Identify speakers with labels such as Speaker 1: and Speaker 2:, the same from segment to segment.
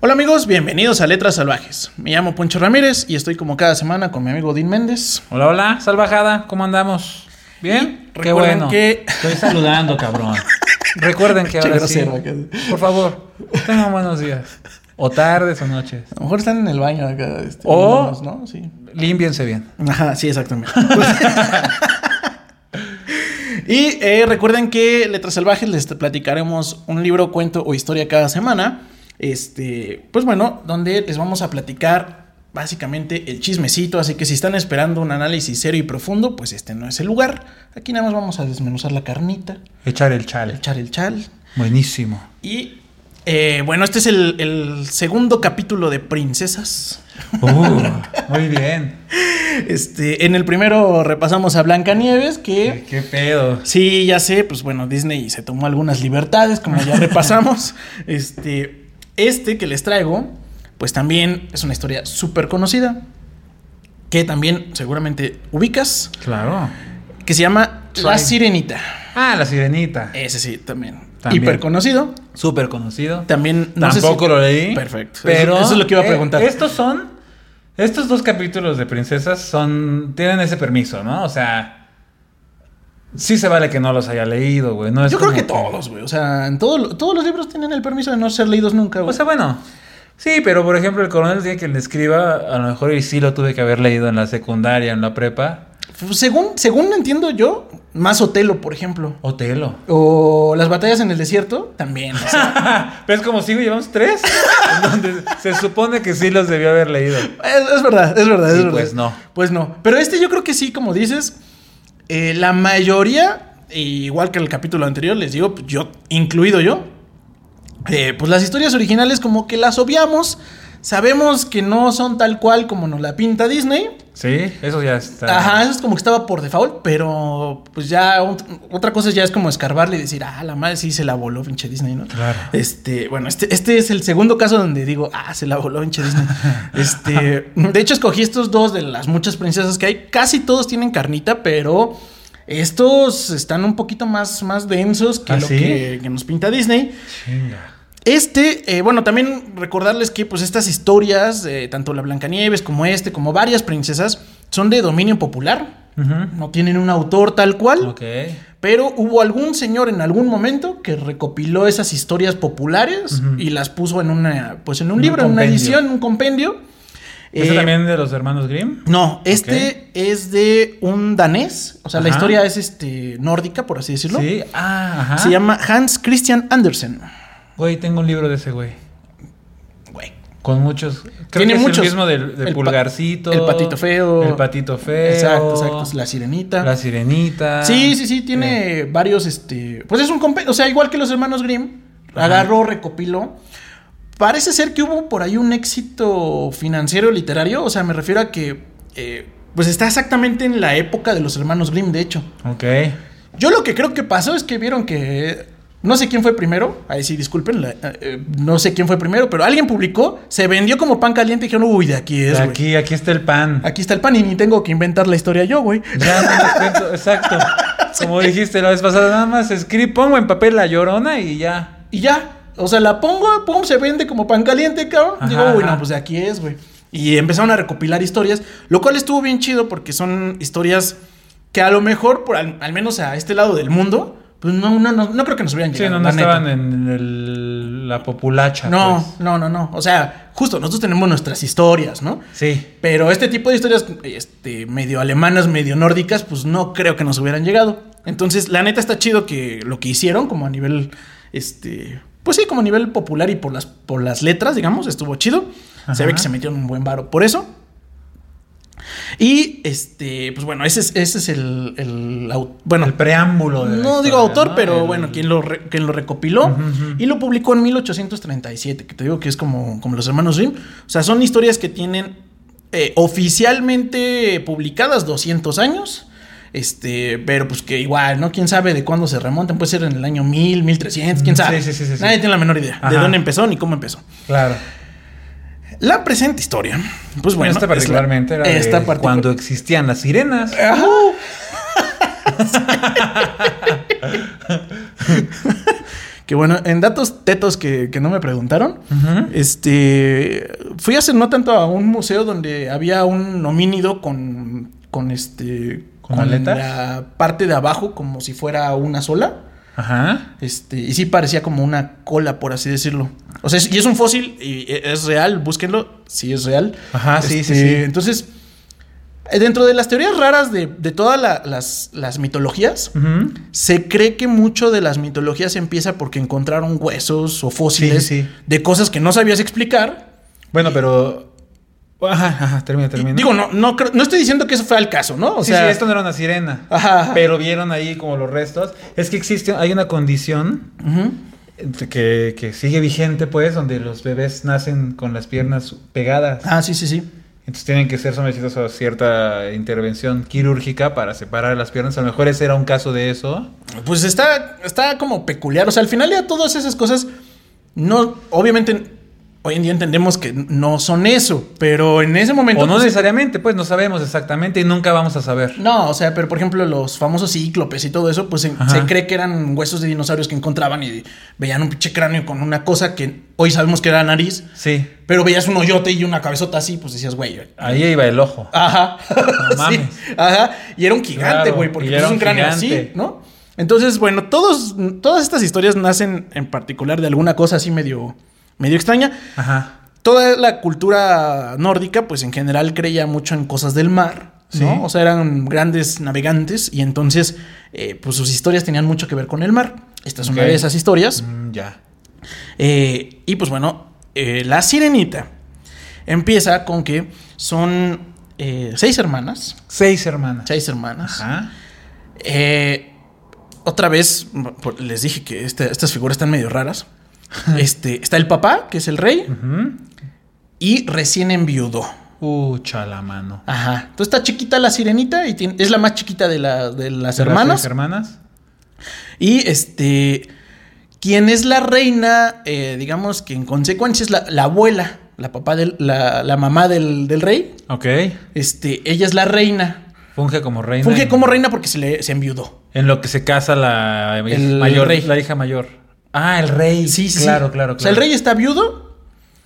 Speaker 1: Hola amigos, bienvenidos a Letras Salvajes. Me llamo Poncho Ramírez y estoy como cada semana con mi amigo Dean Méndez.
Speaker 2: Hola, hola, salvajada, ¿cómo andamos? ¿Bien?
Speaker 1: Y recuerden que-
Speaker 2: Estoy saludando, cabrón. Recuerden que ahora sí.
Speaker 1: grosero que-
Speaker 2: Por favor, tengan buenos días. O tardes o noches.
Speaker 1: A lo mejor están en el baño acá. este,
Speaker 2: O-
Speaker 1: viéndonos, ¿no? Sí.
Speaker 2: Límbiense bien.
Speaker 1: Ajá, sí, exactamente. y eh, recuerden que Letras Salvajes les platicaremos un libro, cuento o historia cada semana. Este, pues bueno, donde les vamos a platicar básicamente el chismecito. Así que si están esperando un análisis serio y profundo, pues este no es el lugar. Aquí nada más vamos a desmenuzar la carnita,
Speaker 2: Echar el chale.
Speaker 1: echar el chal.
Speaker 2: Buenísimo.
Speaker 1: Y eh, bueno, este es el, el segundo capítulo de Princesas.
Speaker 2: Uh, muy bien.
Speaker 1: Este, en el primero repasamos a Blancanieves, que.
Speaker 2: ¿Qué, qué pedo?
Speaker 1: Sí, ya sé, pues bueno, Disney se tomó algunas libertades, como ya repasamos. Este, este que les traigo, pues también es una historia súper conocida, que también seguramente ubicas,
Speaker 2: Claro.
Speaker 1: que se llama La
Speaker 2: Trae.
Speaker 1: Sirenita.
Speaker 2: Ah, la sirenita.
Speaker 1: Ese sí, también.
Speaker 2: También.
Speaker 1: Hiper conocido.
Speaker 2: Súper conocido.
Speaker 1: También no sé
Speaker 2: Tampoco
Speaker 1: si-
Speaker 2: lo leí.
Speaker 1: Perfecto.
Speaker 2: Pero
Speaker 1: eso, eso es lo que iba a
Speaker 2: eh,
Speaker 1: preguntar.
Speaker 2: estos son. Estos dos capítulos de princesas son. Tienen ese permiso, ¿no? O sea. Sí se vale que no los haya leído, güey. No es
Speaker 1: Yo creo
Speaker 2: como
Speaker 1: que todos, güey. O sea, en todo- todos los libros tienen el permiso de no ser leídos nunca, güey.
Speaker 2: O sea, bueno. Sí, pero por ejemplo, el coronel tiene que le escriba, a lo mejor y sí lo tuve que haber leído en la secundaria, en la prepa.
Speaker 1: según, según entiendo yo, más Otelo, por ejemplo.
Speaker 2: Otelo.
Speaker 1: O las batallas en el desierto, también. o sea,
Speaker 2: pero es como si güey, llevamos tres. en donde se supone que sí los debió haber leído.
Speaker 1: es, es verdad, es verdad, es
Speaker 2: Y
Speaker 1: verdad.
Speaker 2: pues no.
Speaker 1: Pues no. Pero este yo creo que sí, como dices, eh, la mayoría, igual que el capítulo anterior, les digo, pues, yo, incluido yo, eh, pues las historias originales como que las obviamos. Sabemos que no son tal cual como nos la pinta Disney.
Speaker 2: Sí, eso ya está.
Speaker 1: Ajá, eso es como que estaba por default, pero pues ya ot- otra cosa ya es como escarbarle y decir, ah, la madre sí se la voló, pinche Disney, ¿no?
Speaker 2: Claro.
Speaker 1: Este, bueno, este, este es el segundo caso donde digo, ah, se la voló, pinche Disney. Este, de hecho, escogí estos dos de las muchas princesas que hay. Casi todos tienen carnita, pero estos están un poquito más, más densos que
Speaker 2: ¿Ah,
Speaker 1: lo
Speaker 2: sí?
Speaker 1: que, que nos pinta Disney.
Speaker 2: Chinga.
Speaker 1: Este, eh, bueno, también recordarles que pues estas historias, eh, tanto la Blancanieves como este, como varias princesas, son de dominio popular.
Speaker 2: Ujú.
Speaker 1: No tienen un autor tal cual,
Speaker 2: Ok.
Speaker 1: pero hubo algún señor en algún momento que recopiló esas historias populares
Speaker 2: Ujú.
Speaker 1: y las puso en una, pues en un,
Speaker 2: Un
Speaker 1: libro, en una
Speaker 2: compendio.
Speaker 1: edición, en un compendio.
Speaker 2: ¿Ese
Speaker 1: Eh,
Speaker 2: también de los hermanos Grimm?
Speaker 1: No, este es de un danés, o sea, la
Speaker 2: Ajá.
Speaker 1: historia es este nórdica, por así decirlo.
Speaker 2: Sí. Ah, ajá.
Speaker 1: Se llama Hans Christian Andersen.
Speaker 2: Güey, tengo un libro de ese güey.
Speaker 1: Güey.
Speaker 2: Con muchos. Creo
Speaker 1: Tiene
Speaker 2: que es
Speaker 1: muchos.
Speaker 2: el mismo del, del
Speaker 1: El pa-
Speaker 2: pulgarcito.
Speaker 1: el patito feo.
Speaker 2: El patito feo.
Speaker 1: Exacto, exacto. La sirenita.
Speaker 2: La sirenita. Eh,
Speaker 1: Sí, sí, sí, tiene varios, este... Pues es un... compe- O sea, igual que los hermanos Grimm,
Speaker 2: Ajá.
Speaker 1: agarró, recopiló. Parece ser que hubo por ahí un éxito financiero literario, o sea, me refiero a que... eh, pues está exactamente en la época de los hermanos Grimm, de hecho.
Speaker 2: Ok.
Speaker 1: Yo lo que creo que pasó es que vieron que... No sé quién fue primero, ahí sí, disculpen, la- eh, eh, no sé quién fue primero, pero alguien publicó, se vendió como pan caliente y dijeron, uy, de aquí es, güey.
Speaker 2: aquí, aquí está el pan.
Speaker 1: Aquí está el pan y ni tengo que inventar la historia yo, güey.
Speaker 2: Ya no les cuento. Exacto. Como dijiste la vez pasada, nada más escribo, pongo en papel la llorona y ya.
Speaker 1: Y ya. O sea, la pongo, pum, se vende como pan caliente, cabrón.
Speaker 2: Ajá,
Speaker 1: Digo, uy,
Speaker 2: ajá.
Speaker 1: no, pues de aquí es, güey. Y empezaron a recopilar historias, lo cual estuvo bien chido porque son historias que a lo mejor, por al, al menos a este lado del mundo, pues no, no, no, no creo que nos hubieran
Speaker 2: Sí,
Speaker 1: llegado.
Speaker 2: no, no
Speaker 1: la neta.
Speaker 2: estaban en el- la populacha.
Speaker 1: No,
Speaker 2: pues.
Speaker 1: no, no, no. O sea, justo nosotros tenemos nuestras historias, ¿no?
Speaker 2: Sí.
Speaker 1: Pero este tipo de historias este, medio alemanas, medio nórdicas, pues no creo que nos hubieran llegado. Entonces, la neta está chido que lo que hicieron, como a nivel, este, pues sí, como a nivel popular y por las, por las letras, digamos, estuvo chido. Se
Speaker 2: Ajá.
Speaker 1: ve que se metieron un buen varo por eso. Y, este, pues bueno, ese es, ese es el, el au- bueno,
Speaker 2: el preámbulo. de la
Speaker 1: no digo
Speaker 2: historia,
Speaker 1: autor,
Speaker 2: ¿no?
Speaker 1: pero
Speaker 2: El-
Speaker 1: bueno, quien lo, re- quien lo recopiló
Speaker 2: Ujú, ujú.
Speaker 1: y lo publicó en 1837, que te digo que es como, como los hermanos Grimm. O sea, son historias que tienen eh, oficialmente publicadas 200 años. Este, pero pues que igual, ¿no? ¿Quién sabe de cuándo se remontan? Puede ser en el año 1000, 1300, quién
Speaker 2: Mm,
Speaker 1: sabe.
Speaker 2: sí, sí, sí, sí, sí.
Speaker 1: Nadie tiene la menor idea de
Speaker 2: Ajá.
Speaker 1: dónde empezó ni cómo empezó.
Speaker 2: Claro.
Speaker 1: La presente historia, pues bueno.
Speaker 2: esta
Speaker 1: es la-
Speaker 2: particularmente era de
Speaker 1: esta particu-
Speaker 2: cuando existían las sirenas.
Speaker 1: Ajá. Que bueno, en datos tetos que, que no me preguntaron,
Speaker 2: Ujú.
Speaker 1: este, fui hace no tanto a un museo donde había un homínido con, con este,
Speaker 2: ¿Con aletas?
Speaker 1: la parte de abajo como si fuera una sola.
Speaker 2: Ajá.
Speaker 1: Este, y sí parecía como una cola, por así decirlo. O sea, es- y es un fósil, y e- es real, búsquenlo, sí es real.
Speaker 2: Ajá, Ah, sí, sí,
Speaker 1: Este,
Speaker 2: sí.
Speaker 1: Entonces, eh, dentro de las teorías raras de, de todas la- las, las mitologías,
Speaker 2: Ujú.
Speaker 1: se cree que mucho de las mitologías empieza porque encontraron huesos o fósiles
Speaker 2: Sí, sí.
Speaker 1: de cosas que no sabías explicar.
Speaker 2: Bueno, pero. Ajá, ajá, termina, termina.
Speaker 1: Digo, no, no, creo- no estoy diciendo que eso fue el caso, ¿no? O
Speaker 2: sí,
Speaker 1: sea,
Speaker 2: sí, esto no era una sirena.
Speaker 1: Ajá, ajá.
Speaker 2: Pero vieron ahí como los restos. Es que existe, hay una condición
Speaker 1: Ujú.
Speaker 2: que, que sigue vigente, pues, donde los bebés nacen con las piernas pegadas.
Speaker 1: Ah, sí, sí, sí.
Speaker 2: Entonces tienen que ser sometidos a cierta intervención quirúrgica para separar las piernas. A lo mejor ese era un caso de eso.
Speaker 1: Pues está, está como peculiar. O sea, al final ya todas esas cosas, no, obviamente, hoy en día entendemos que no son eso, pero en ese momento...
Speaker 2: o no
Speaker 1: pues,
Speaker 2: necesariamente, pues no sabemos exactamente y nunca vamos a saber.
Speaker 1: no, o sea, pero por ejemplo los famosos cíclopes y todo eso, pues se,
Speaker 2: Ajá.
Speaker 1: se cree que eran huesos de dinosaurios que encontraban y veían un pinche cráneo con una cosa que hoy sabemos que era nariz,
Speaker 2: Sí,
Speaker 1: pero veías un hoyote y una cabezota así, pues decías, güey.
Speaker 2: ahí iba el ojo.
Speaker 1: Ajá.
Speaker 2: No
Speaker 1: sí,
Speaker 2: mames.
Speaker 1: ajá. Y era un gigante,
Speaker 2: Claro,
Speaker 1: güey,
Speaker 2: y
Speaker 1: porque
Speaker 2: era
Speaker 1: pues, es
Speaker 2: un
Speaker 1: un cráneo así,
Speaker 2: gigante.
Speaker 1: ¿no? Entonces, bueno, todos, todas estas historias nacen en particular de alguna cosa así medio, medio extraña.
Speaker 2: Ajá.
Speaker 1: Toda la cultura nórdica, pues en general creía mucho en cosas del mar, ¿no?
Speaker 2: Sí.
Speaker 1: O sea, eran grandes navegantes y entonces, eh, pues sus historias tenían mucho que ver con el mar. Esta es una
Speaker 2: Ok.
Speaker 1: de esas historias.
Speaker 2: Mm, ya.
Speaker 1: Eh, y pues bueno, eh, la sirenita empieza con que son eh, seis hermanas.
Speaker 2: Seis hermanas.
Speaker 1: Seis hermanas.
Speaker 2: Ajá.
Speaker 1: Eh, otra vez, m- por- les dije que esta- estas figuras están medio raras. Este, está el papá, que es el rey,
Speaker 2: Ujú.
Speaker 1: y recién enviudó.
Speaker 2: Uh, chalamano.
Speaker 1: Ajá. Entonces está chiquita la sirenita y tiene- es la más chiquita de, la- de las
Speaker 2: ¿De las
Speaker 1: hermanas.
Speaker 2: seis hermanas?
Speaker 1: Y este, quien es la reina, eh, digamos que en consecuencia es la, la abuela, la, papá del, la, la mamá del, del rey.
Speaker 2: Ok.
Speaker 1: Este, ella es la reina.
Speaker 2: Funge como reina.
Speaker 1: Funge
Speaker 2: en-
Speaker 1: como reina porque se, le, se enviudó.
Speaker 2: En lo que se casa la hij-
Speaker 1: El
Speaker 2: mayor,
Speaker 1: rey.
Speaker 2: la hija mayor. Ah, el rey.
Speaker 1: Sí, sí, sí.
Speaker 2: claro, claro, claro.
Speaker 1: O sea, el rey está viudo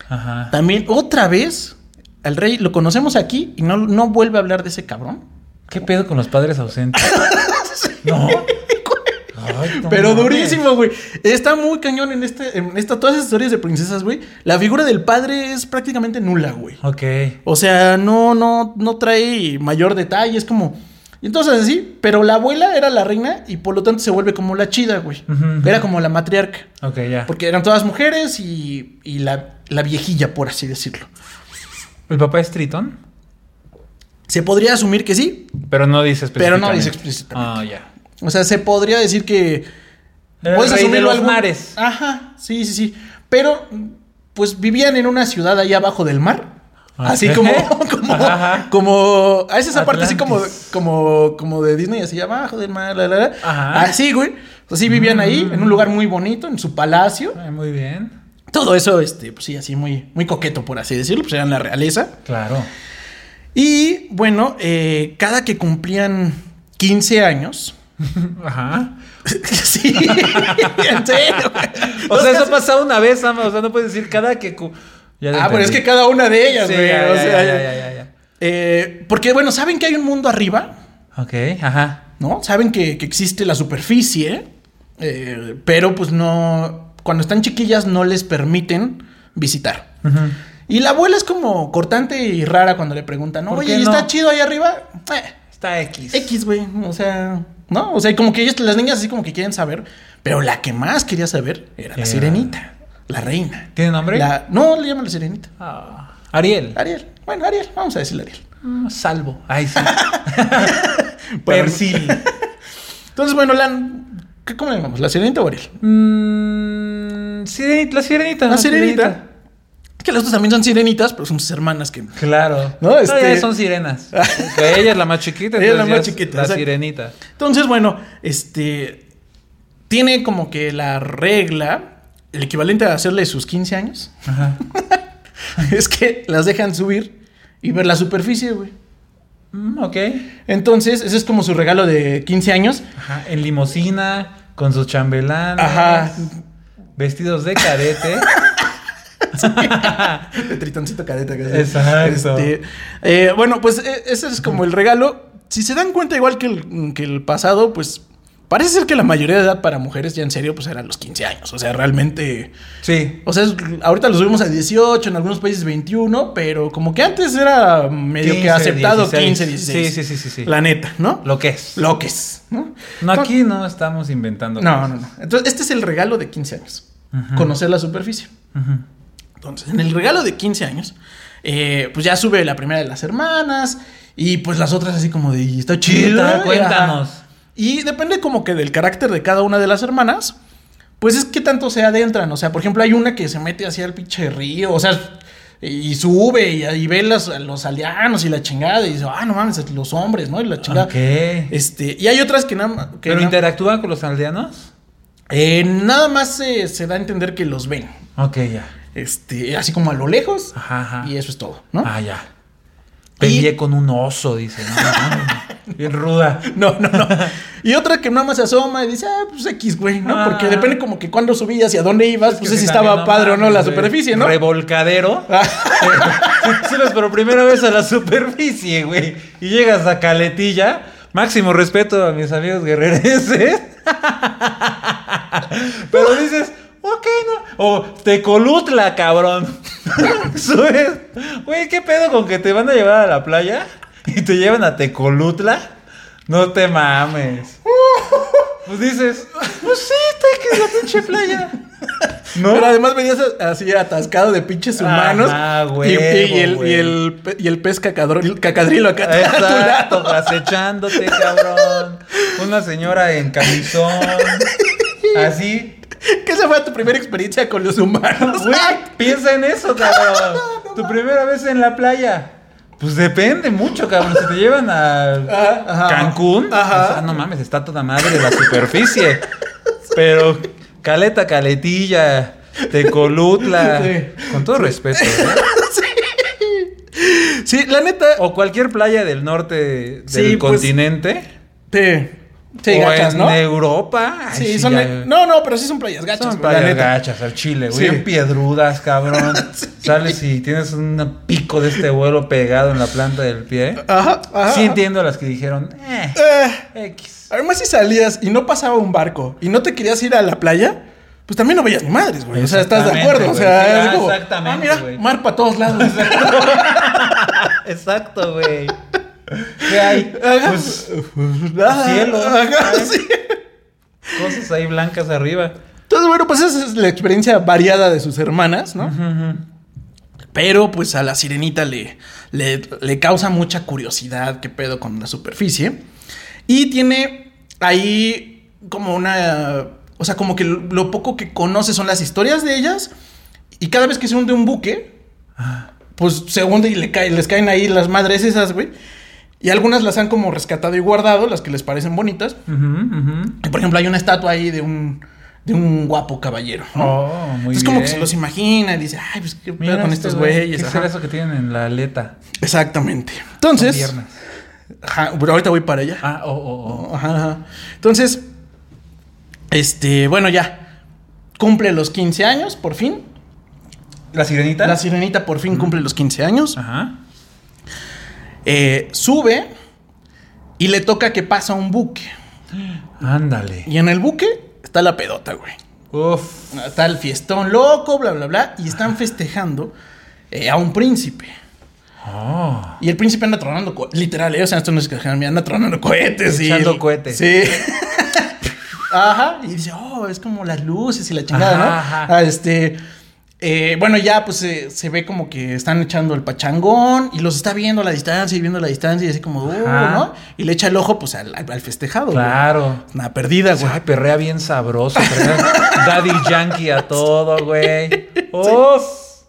Speaker 2: Ajá.
Speaker 1: También, otra vez, al rey lo conocemos aquí y no, no vuelve a hablar de ese cabrón.
Speaker 2: ¿Qué pedo con los padres ausentes? No. Ay, no
Speaker 1: Pero
Speaker 2: mames.
Speaker 1: durísimo, güey. Está muy cañón en, este, en esta, todas esas historias de princesas, güey. La figura del padre es prácticamente nula, güey.
Speaker 2: Ok.
Speaker 1: O sea, no, no, no trae mayor detalle. Es como. Y entonces así, pero la abuela era la reina y por lo tanto se vuelve como la chida, güey.
Speaker 2: Ujú, ujú.
Speaker 1: Era como la matriarca.
Speaker 2: Ok, ya.
Speaker 1: Porque eran todas mujeres y, y la, la viejilla, por así decirlo.
Speaker 2: ¿El papá es Tritón?
Speaker 1: Se podría asumir que sí.
Speaker 2: Pero no dice
Speaker 1: Pero no
Speaker 2: específicamente.
Speaker 1: dice explícitamente.
Speaker 2: Ah, ya.
Speaker 1: O sea, se podría decir que
Speaker 2: El
Speaker 1: Puedes
Speaker 2: rey de
Speaker 1: asumirlo
Speaker 2: los
Speaker 1: algún-
Speaker 2: mares.
Speaker 1: Ajá, sí, sí, sí. Pero, pues vivían en una ciudad ahí abajo del mar.
Speaker 2: Ah,
Speaker 1: Así
Speaker 2: ¿eh?
Speaker 1: como, como,
Speaker 2: Ajá, ajá.
Speaker 1: como, a esa parte así como,
Speaker 2: Atlantis.
Speaker 1: como, como de Disney, así abajo del mar, la, la, la.
Speaker 2: Ajá. Mm.
Speaker 1: Así, güey. Así vivían ahí, en un lugar muy bonito, en su palacio.
Speaker 2: Ay, muy bien.
Speaker 1: Todo eso, este, pues sí, así muy, muy coqueto, por así decirlo, pues eran la realeza.
Speaker 2: Claro.
Speaker 1: Y bueno, eh, cada que cumplían 15 años.
Speaker 2: Ajá.
Speaker 1: sí, en serio. güey.
Speaker 2: O sea, eso ha pasado una vez, ama. O sea, no puedes decir cada que. cu- Ya
Speaker 1: Ah,
Speaker 2: lo
Speaker 1: pero es
Speaker 2: entendí.
Speaker 1: que cada una de ellas,
Speaker 2: Sí,
Speaker 1: güey.
Speaker 2: ya,
Speaker 1: o
Speaker 2: ya,
Speaker 1: sea,
Speaker 2: ya, ya, ya, ya.
Speaker 1: eh, porque, bueno, saben que hay un mundo arriba,
Speaker 2: Ok, ajá.
Speaker 1: ¿no? Saben que, que existe la superficie, eh, pero pues no. Cuando están chiquillas no les permiten visitar.
Speaker 2: Ujú.
Speaker 1: Y la abuela es como cortante y rara cuando le preguntan,
Speaker 2: ¿Por
Speaker 1: oye,
Speaker 2: qué
Speaker 1: ¿y está
Speaker 2: no?
Speaker 1: chido ahí arriba? Eh,
Speaker 2: Está X.
Speaker 1: X, güey. O sea, ¿no? O sea, como que ellas, las niñas así como que quieren saber, pero la que más quería saber era la
Speaker 2: Era-
Speaker 1: sirenita, la reina.
Speaker 2: ¿Tiene nombre?
Speaker 1: La- no, le llaman la sirenita.
Speaker 2: Ah, Ariel.
Speaker 1: Ariel. Bueno, Ariel, vamos a decirle Ariel.
Speaker 2: Mm, Salvo. Ay, sí.
Speaker 1: Bueno,
Speaker 2: Persil.
Speaker 1: Entonces, bueno, la. ¿qué- ¿Cómo le llamamos? ¿La sirenita o Ariel?
Speaker 2: Mm, sirenita, la sirenita.
Speaker 1: La sirenita. Es que las dos también son sirenitas, pero son sus hermanas que.
Speaker 2: Claro.
Speaker 1: No,
Speaker 2: No,
Speaker 1: este-
Speaker 2: ya son sirenas. Que ella es la más chiquita.
Speaker 1: Ella es la
Speaker 2: entonces
Speaker 1: más
Speaker 2: ya
Speaker 1: chiquita,
Speaker 2: La
Speaker 1: exacto.
Speaker 2: sirenita.
Speaker 1: Entonces, bueno, este. Tiene como que la regla, el equivalente a hacerle sus 15 años,
Speaker 2: Ajá.
Speaker 1: es que las dejan subir y ver la superficie, güey.
Speaker 2: Mm, ok.
Speaker 1: Entonces, ese es como su regalo de 15 años.
Speaker 2: Ajá. En limosina, con sus chambelanes.
Speaker 1: Ajá.
Speaker 2: vestidos de cadete.
Speaker 1: De tritoncito cadete. que es-
Speaker 2: Exacto.
Speaker 1: este, eh, bueno, pues e- ese es como el regalo. Si se dan cuenta, igual que el, que el pasado, pues parece ser que la mayoría de edad para mujeres ya en serio, pues eran los 15 años. O sea, realmente.
Speaker 2: sí.
Speaker 1: O sea, es- ahorita los subimos a 18, en algunos países 21, pero como que antes era medio
Speaker 2: 15,
Speaker 1: que aceptado
Speaker 2: 16.
Speaker 1: 15, 16.
Speaker 2: Sí, sí, sí, sí, sí.
Speaker 1: La neta, ¿no?
Speaker 2: Lo que es.
Speaker 1: Loques, ¿no?
Speaker 2: No, aquí no estamos inventando.
Speaker 1: No,
Speaker 2: cosas.
Speaker 1: no, no. Entonces, este es el regalo de 15 años.
Speaker 2: Ujú.
Speaker 1: Conocer la superficie.
Speaker 2: Ujú.
Speaker 1: Entonces, en el regalo de 15 años, eh, pues ya sube la primera de las hermanas y pues las otras así como de, "¿Y está chido.
Speaker 2: Puta, cuéntanos.
Speaker 1: Ajá. Y depende como que del carácter de cada una de las hermanas, pues es que tanto se adentran. O sea, por ejemplo, hay una que se mete hacia el pinche río, o sea, y sube y, y ve las- los aldeanos y la chingada y dice, ah, no mames, los hombres, ¿no? Y la chingada.
Speaker 2: Ok.
Speaker 1: Este, y hay otras que nada más... que
Speaker 2: ¿Pero
Speaker 1: na-
Speaker 2: interactúa con los aldeanos?
Speaker 1: eh, nada más se, se da a entender que los ven.
Speaker 2: Ok, ya.
Speaker 1: Este, así como a lo lejos.
Speaker 2: Ajá, ajá.
Speaker 1: Y eso es todo, ¿no?
Speaker 2: Ah, ya. Peleé con un oso, dice. ¿no? No, Bien ruda.
Speaker 1: No, no, no. Y otra que nada más se asoma y dice, ah, pues X, güey, ¿no?
Speaker 2: Ah.
Speaker 1: Porque depende como que cuándo subías y a dónde ibas, pues
Speaker 2: Que
Speaker 1: si
Speaker 2: sí,
Speaker 1: estaba
Speaker 2: también, no
Speaker 1: padre o no
Speaker 2: mames,
Speaker 1: la
Speaker 2: güey.
Speaker 1: superficie, ¿no?
Speaker 2: Revolcadero.
Speaker 1: Ah,
Speaker 2: Sí, Subes por primera vez a la superficie, güey. Y llegas a Caletilla. Máximo respeto a mis amigos guerrerenses. Pero dices, ok, no. O te colutla, cabrón. Subes. Güey, ¿qué pedo con que te van a llevar a la playa? Y te llevan a Tecolutla. No te mames. Pues dices, pues sí, está que es la pinche playa. ¿No?
Speaker 1: Pero además venías así atascado de pinches
Speaker 2: Ajá,
Speaker 1: humanos. y, y- y el,
Speaker 2: huevo,
Speaker 1: y, el, pe- y el pez cacadrilo, cacadrilo acá a tu
Speaker 2: Exacto,
Speaker 1: lado.
Speaker 2: acechándote, cabrón. Una señora en camisón. Así.
Speaker 1: Que esa fue tu primera experiencia con los humanos.
Speaker 2: Güey, piensa en eso, cabrón. Tu primera vez en la playa. Pues depende mucho, cabrón. Si te llevan a
Speaker 1: Ah, ajá.
Speaker 2: Cancún,
Speaker 1: Ajá.
Speaker 2: pues, ah, no mames, está toda madre la superficie. Pero caleta, caletilla, tecolutla.
Speaker 1: Sí.
Speaker 2: Con todo respeto, ¿eh?
Speaker 1: Sí, la neta.
Speaker 2: O cualquier playa del norte del
Speaker 1: Sí, pues,
Speaker 2: continente.
Speaker 1: Te, te
Speaker 2: o
Speaker 1: gachas,
Speaker 2: en
Speaker 1: ¿no?
Speaker 2: Europa. Ay,
Speaker 1: Sí,
Speaker 2: sí,
Speaker 1: son.
Speaker 2: ya-
Speaker 1: No, no, pero sí son playas gachas.
Speaker 2: Son
Speaker 1: güey, la
Speaker 2: playas
Speaker 1: neta.
Speaker 2: gachas al chile, güey.
Speaker 1: Sí.
Speaker 2: Bien piedrudas, cabrón. Sales y tienes un pico de este vuelo pegado en la planta del pie.
Speaker 1: Ajá, ajá.
Speaker 2: Sí entiendo a las que dijeron, eh,
Speaker 1: Eh,
Speaker 2: X.
Speaker 1: además, si salías y no pasaba un barco y no te querías ir a la playa, pues también no veías ni madres, güey. O sea, estás de
Speaker 2: Exactamente,
Speaker 1: acuerdo. O
Speaker 2: güey.
Speaker 1: sea,
Speaker 2: Sí,
Speaker 1: es como,
Speaker 2: exactamente,
Speaker 1: ah, mira,
Speaker 2: güey. Pues,
Speaker 1: mar para todos lados.
Speaker 2: Exacto, güey. ¿Qué hay?
Speaker 1: Ajá.
Speaker 2: Pues
Speaker 1: Ah,
Speaker 2: cielo.
Speaker 1: ajá, sí.
Speaker 2: cosas ahí blancas arriba.
Speaker 1: Entonces, bueno, pues esa es la experiencia variada de sus hermanas, ¿no? Pero pues a la sirenita le, le, le causa mucha curiosidad qué pedo con la superficie. Y tiene ahí como una... O sea, como que lo- lo poco que conoce son las historias de ellas. Y cada vez que se hunde un buque, pues se hunde y le cae- les caen ahí las madres esas, güey. Y algunas las han como rescatado y guardado, las que les parecen bonitas.
Speaker 2: Ujú, ujú.
Speaker 1: Y, Por ejemplo, hay una estatua ahí de un, de un guapo caballero. ¿no?
Speaker 2: Oh, muy
Speaker 1: es como
Speaker 2: bien.
Speaker 1: que se los imagina y dice, ay, pues qué pedo
Speaker 2: Mira
Speaker 1: con
Speaker 2: este,
Speaker 1: estos
Speaker 2: güey,
Speaker 1: güeyes.
Speaker 2: ¿Qué
Speaker 1: Ajá.
Speaker 2: será eso que tienen en la aleta?
Speaker 1: Exactamente.
Speaker 2: Son
Speaker 1: Entonces,
Speaker 2: piernas.
Speaker 1: ajá, pero ahorita voy para allá.
Speaker 2: Ah, oh, oh, oh.
Speaker 1: Ajá, ajá. Entonces, este, bueno, ya. Cumple los 15 años, por fin.
Speaker 2: ¿La sirenita?
Speaker 1: La sirenita por fin cumple los 15 años.
Speaker 2: oh. Ajá.
Speaker 1: Eh, sube y le toca que pasa un buque.
Speaker 2: Ándale.
Speaker 1: Y en el buque está la pedota, güey.
Speaker 2: Uf.
Speaker 1: Está el fiestón loco, bla, bla, bla. Y están festejando eh, a un príncipe.
Speaker 2: Oh.
Speaker 1: Y el príncipe anda tronando cohetes. Literal, eh, o sea, esto no es que anda tronando cohetes. y-
Speaker 2: Echando cohetes.
Speaker 1: Sí. Ajá. Y dice, oh, es como las luces y la chingada, ¿no?
Speaker 2: Ajá, ajá.
Speaker 1: Ah, este. eh, bueno, ya pues se- se ve como que están echando el pachangón y los está viendo a la distancia y viendo a la distancia y así como, "Uh",
Speaker 2: Ajá.
Speaker 1: ¿no? Y le echa el ojo pues al, al festejado. güey.
Speaker 2: Claro.
Speaker 1: Una perdida, güey.
Speaker 2: Ay, perrea bien sabroso. perrea Daddy Yankee a todo, güey. Uf.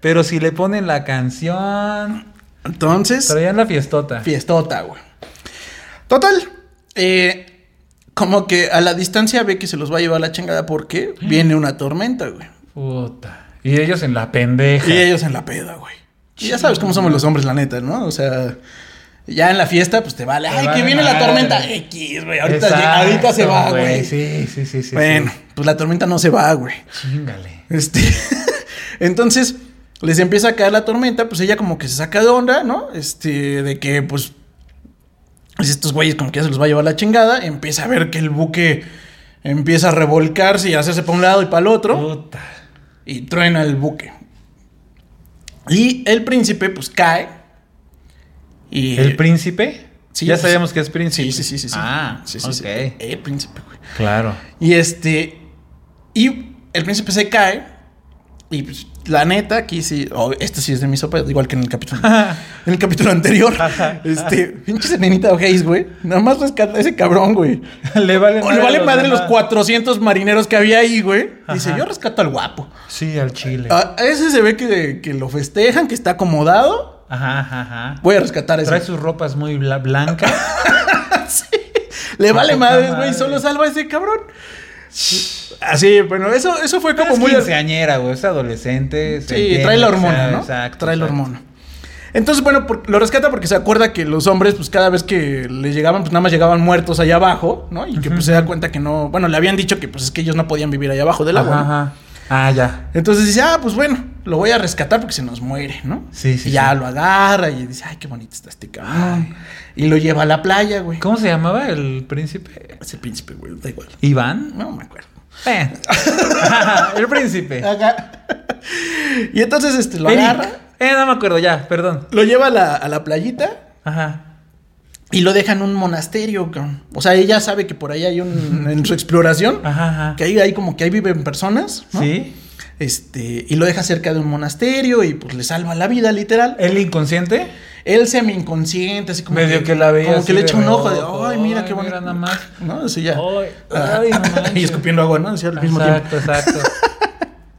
Speaker 2: Pero si le ponen la canción.
Speaker 1: Entonces.
Speaker 2: Traían la fiestota.
Speaker 1: Fiestota, güey. Total. eh, como que a la distancia ve que se los va a llevar la chingada porque
Speaker 2: Mm.
Speaker 1: viene una tormenta, güey.
Speaker 2: Puta. Y ellos en la pendeja.
Speaker 1: Y ellos en la peda, güey. Y ya sabes cómo somos los hombres, la neta, ¿no? O sea, Ya en la fiesta, pues te vale. Ay, que
Speaker 2: vale
Speaker 1: viene la
Speaker 2: madre.
Speaker 1: tormenta. X, güey. Ahorita,
Speaker 2: Exacto,
Speaker 1: llega- ahorita se va, güey.
Speaker 2: Sí, sí, sí, sí.
Speaker 1: bueno, pues la tormenta no se va, güey.
Speaker 2: sí. Chíngale.
Speaker 1: Este. Entonces, les empieza a caer la tormenta, pues ella como que se saca de onda, ¿no? Este, de que, pues. pues, Estos güeyes como que ya se los va a llevar la chingada. Empieza a ver que el buque empieza a revolcarse y a hacerse para un lado y para el otro.
Speaker 2: Puta.
Speaker 1: Y truena el buque. Y el príncipe, pues cae. Y.
Speaker 2: ¿El príncipe?
Speaker 1: Sí,
Speaker 2: ya
Speaker 1: sí,
Speaker 2: sabíamos que es príncipe.
Speaker 1: Sí, sí, sí, sí. sí.
Speaker 2: Ah,
Speaker 1: Sí, sí,
Speaker 2: ok.
Speaker 1: sí. Eh, El príncipe, güey.
Speaker 2: Claro.
Speaker 1: Y este. Y el príncipe se cae. Y pues, la neta, aquí sí. oh, este sí es de mi sopa, igual que en el capítulo. en el capítulo anterior.
Speaker 2: Ajá.
Speaker 1: este. Pinche serenita O'Hays, güey. Nada más rescata a ese cabrón, güey.
Speaker 2: le vale
Speaker 1: O le vale
Speaker 2: los
Speaker 1: madre los
Speaker 2: demás.
Speaker 1: 400 marineros que había ahí, güey. Dice, yo rescato al guapo.
Speaker 2: Sí, al chile.
Speaker 1: A a ese se ve que, que lo festejan, que está acomodado.
Speaker 2: Ajá, ajá, ajá.
Speaker 1: Voy a rescatar a
Speaker 2: Trae
Speaker 1: ese.
Speaker 2: sus ropas muy bla- blancas.
Speaker 1: Sí. Le vale
Speaker 2: Poca
Speaker 1: madres,
Speaker 2: madre.
Speaker 1: güey. Solo salva a ese cabrón. Así, bueno, eso, eso fue como
Speaker 2: Como muy
Speaker 1: muy.
Speaker 2: quinceañera, güey. Es adolescente. se
Speaker 1: Sí,
Speaker 2: entiende,
Speaker 1: trae la
Speaker 2: o sea,
Speaker 1: hormona, ¿no?
Speaker 2: Exacto.
Speaker 1: Trae la
Speaker 2: exacto.
Speaker 1: hormona. Entonces, bueno, por- lo rescata porque se acuerda que los hombres, pues cada vez que le llegaban, pues nada más llegaban muertos allá abajo, ¿no? Y que pues se da cuenta que no. Bueno, le habían dicho que pues es que ellos no podían vivir allá abajo del agua.
Speaker 2: Ajá,
Speaker 1: ¿no?
Speaker 2: ajá. Ah, ya.
Speaker 1: Entonces dice, ah, pues bueno, lo voy a rescatar porque se nos muere, ¿no?
Speaker 2: Sí, sí,
Speaker 1: Y ya
Speaker 2: sí.
Speaker 1: lo agarra y dice, ay, qué bonito está este cabrón. Y lo lleva a la playa, güey.
Speaker 2: ¿Cómo se llamaba el príncipe?
Speaker 1: Es el príncipe, güey, da igual.
Speaker 2: ¿Iván?
Speaker 1: No me acuerdo.
Speaker 2: Eh. el príncipe.
Speaker 1: y entonces este, lo
Speaker 2: Eric.
Speaker 1: agarra,
Speaker 2: Eh, no me acuerdo ya, perdón.
Speaker 1: lo lleva a la, a la playita
Speaker 2: Ajá.
Speaker 1: y lo deja en un monasterio, cabrón. O sea, ella sabe que por ahí hay un. en su exploración,
Speaker 2: Ajá, ajá.
Speaker 1: que ahí, ahí como que ahí viven personas, ¿no?
Speaker 2: ¿Sí?
Speaker 1: Este, y lo deja cerca de un monasterio y pues le salva la vida, literal.
Speaker 2: ¿El inconsciente?
Speaker 1: Él semi inconsciente, así como
Speaker 2: Medio que la veía
Speaker 1: Como
Speaker 2: así
Speaker 1: que le
Speaker 2: de
Speaker 1: echa un ojo de,
Speaker 2: reojo,
Speaker 1: ay, mira
Speaker 2: ay,
Speaker 1: qué bonito.
Speaker 2: mira nada más.
Speaker 1: No, así ya.
Speaker 2: Ay,
Speaker 1: Ah,
Speaker 2: ay, no manches.
Speaker 1: y escupiendo agua, ¿no? Así al mismo tiempo.
Speaker 2: exacto, exacto.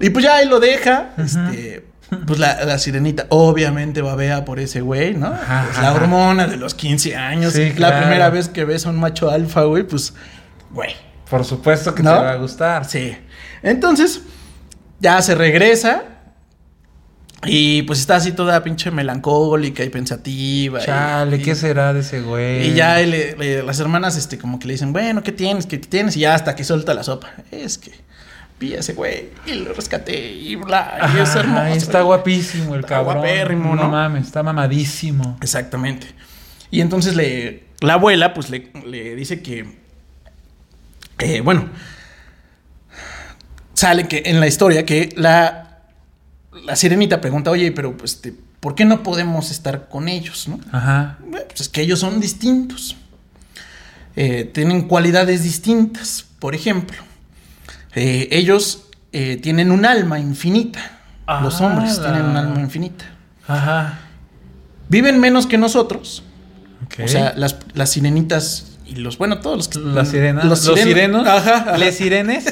Speaker 1: Y pues ya ahí lo deja,
Speaker 2: Ujú.
Speaker 1: este, pues la, la sirenita obviamente babea por ese güey, ¿no?
Speaker 2: Ajá,
Speaker 1: Pues la
Speaker 2: ajá.
Speaker 1: hormona de los 15 años,
Speaker 2: Sí,
Speaker 1: la
Speaker 2: claro.
Speaker 1: primera vez que ves a un macho alfa, güey, pues, güey,
Speaker 2: Por supuesto que
Speaker 1: ¿No?
Speaker 2: te va a gustar.
Speaker 1: sí. Entonces, ya se regresa y pues está así toda pinche melancólica y pensativa. y-
Speaker 2: Chale,
Speaker 1: y-
Speaker 2: ¿qué será de ese güey?
Speaker 1: Y ya él, eh, le- las hermanas, este, como que le dicen, bueno, ¿qué tienes? ¿Qué tienes? Y ya hasta que suelta la sopa. Es que vi a ese güey y lo rescaté y bla, y
Speaker 2: Ajá,
Speaker 1: es hermoso.
Speaker 2: está guapísimo el
Speaker 1: Está
Speaker 2: cabrón.
Speaker 1: guapérrimo, ¿no?
Speaker 2: mames, está mamadísimo.
Speaker 1: Exactamente. Y entonces le, la abuela, pues le, le dice que, eh, bueno, sale que en la historia que la, la sirenita pregunta, oye, pero pues, este, ¿por qué no podemos estar con ellos, no?
Speaker 2: Ajá.
Speaker 1: Bueno, pues es que ellos son distintos. Eh, tienen cualidades distintas. Por ejemplo, eh, ellos eh, tienen un alma infinita. Los hombres
Speaker 2: ¡Hala!
Speaker 1: tienen un alma infinita.
Speaker 2: Ajá.
Speaker 1: Viven menos que nosotros.
Speaker 2: Ok.
Speaker 1: O sea, las, las sirenitas y los, bueno, todos los que...
Speaker 2: las sirenas.
Speaker 1: Los,
Speaker 2: Los,
Speaker 1: siren-
Speaker 2: sirenos.
Speaker 1: Ajá, ajá,
Speaker 2: ¿Les sirenes?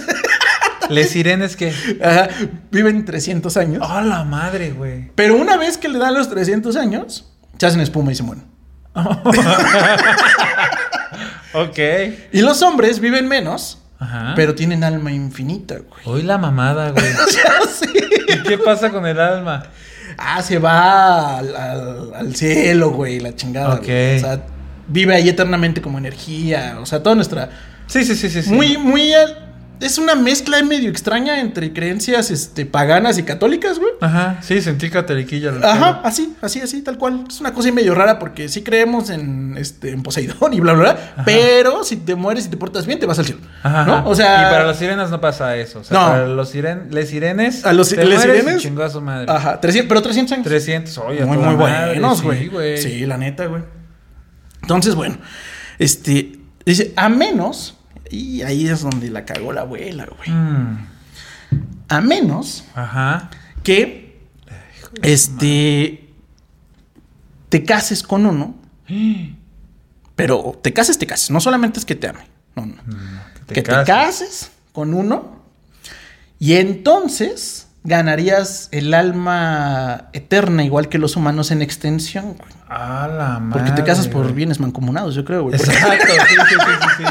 Speaker 2: ¿Les sirenes qué?
Speaker 1: ajá. Viven 300 años.
Speaker 2: ¡Oh, la madre, güey!
Speaker 1: Pero una vez que le dan los 300 años, se hacen espuma y se mueren.
Speaker 2: Ok.
Speaker 1: Y los hombres viven menos,
Speaker 2: Ajá.
Speaker 1: pero tienen alma infinita, güey.
Speaker 2: Hoy la mamada, güey.
Speaker 1: O sea, sí.
Speaker 2: ¿Y qué pasa con el alma?
Speaker 1: Ah, se va al, al- al cielo, güey, la chingada.
Speaker 2: Ok.
Speaker 1: güey. O sea, vive ahí eternamente como energía. O sea, toda nuestra.
Speaker 2: Sí, sí, sí, sí. sí.
Speaker 1: Muy, muy. al- Es una mezcla medio extraña entre creencias este, paganas y católicas, güey.
Speaker 2: Ajá. Sí, sentí cateliquilla. al
Speaker 1: Ajá, así, así, así, tal cual. Es una cosa ahí medio rara porque sí creemos en, este, en Poseidón y bla, bla, bla. Pero si te mueres y te portas bien, te vas al cielo.
Speaker 2: Ajá,
Speaker 1: ¿No?
Speaker 2: ajá.
Speaker 1: O sea.
Speaker 2: Y para las sirenas no pasa eso. O sea,
Speaker 1: No.
Speaker 2: para los siren, les sirenes.
Speaker 1: A los
Speaker 2: te
Speaker 1: les
Speaker 2: mueres y
Speaker 1: sirenes.
Speaker 2: Chingó a su madre.
Speaker 1: Ajá, 300, pero 300 años.
Speaker 2: 300, oye, a
Speaker 1: muy,
Speaker 2: toda
Speaker 1: muy
Speaker 2: madre,
Speaker 1: buenos,
Speaker 2: Sí,
Speaker 1: güey.
Speaker 2: güey.
Speaker 1: Sí, la neta, güey. Entonces, bueno, este, dice, a menos, y ahí es donde la cagó la abuela, güey.
Speaker 2: Mm,
Speaker 1: A menos
Speaker 2: ajá.
Speaker 1: que, este, te cases con uno, pero te cases, te cases, no solamente es que te ame, no, no. que te cases con uno, y entonces ganarías el alma eterna, igual que los humanos en extensión, güey.
Speaker 2: A la madre.
Speaker 1: Porque te casas por
Speaker 2: güey.
Speaker 1: bienes mancomunados, yo creo, güey. Porque-
Speaker 2: Exacto, sí, sí, sí, sí, sí.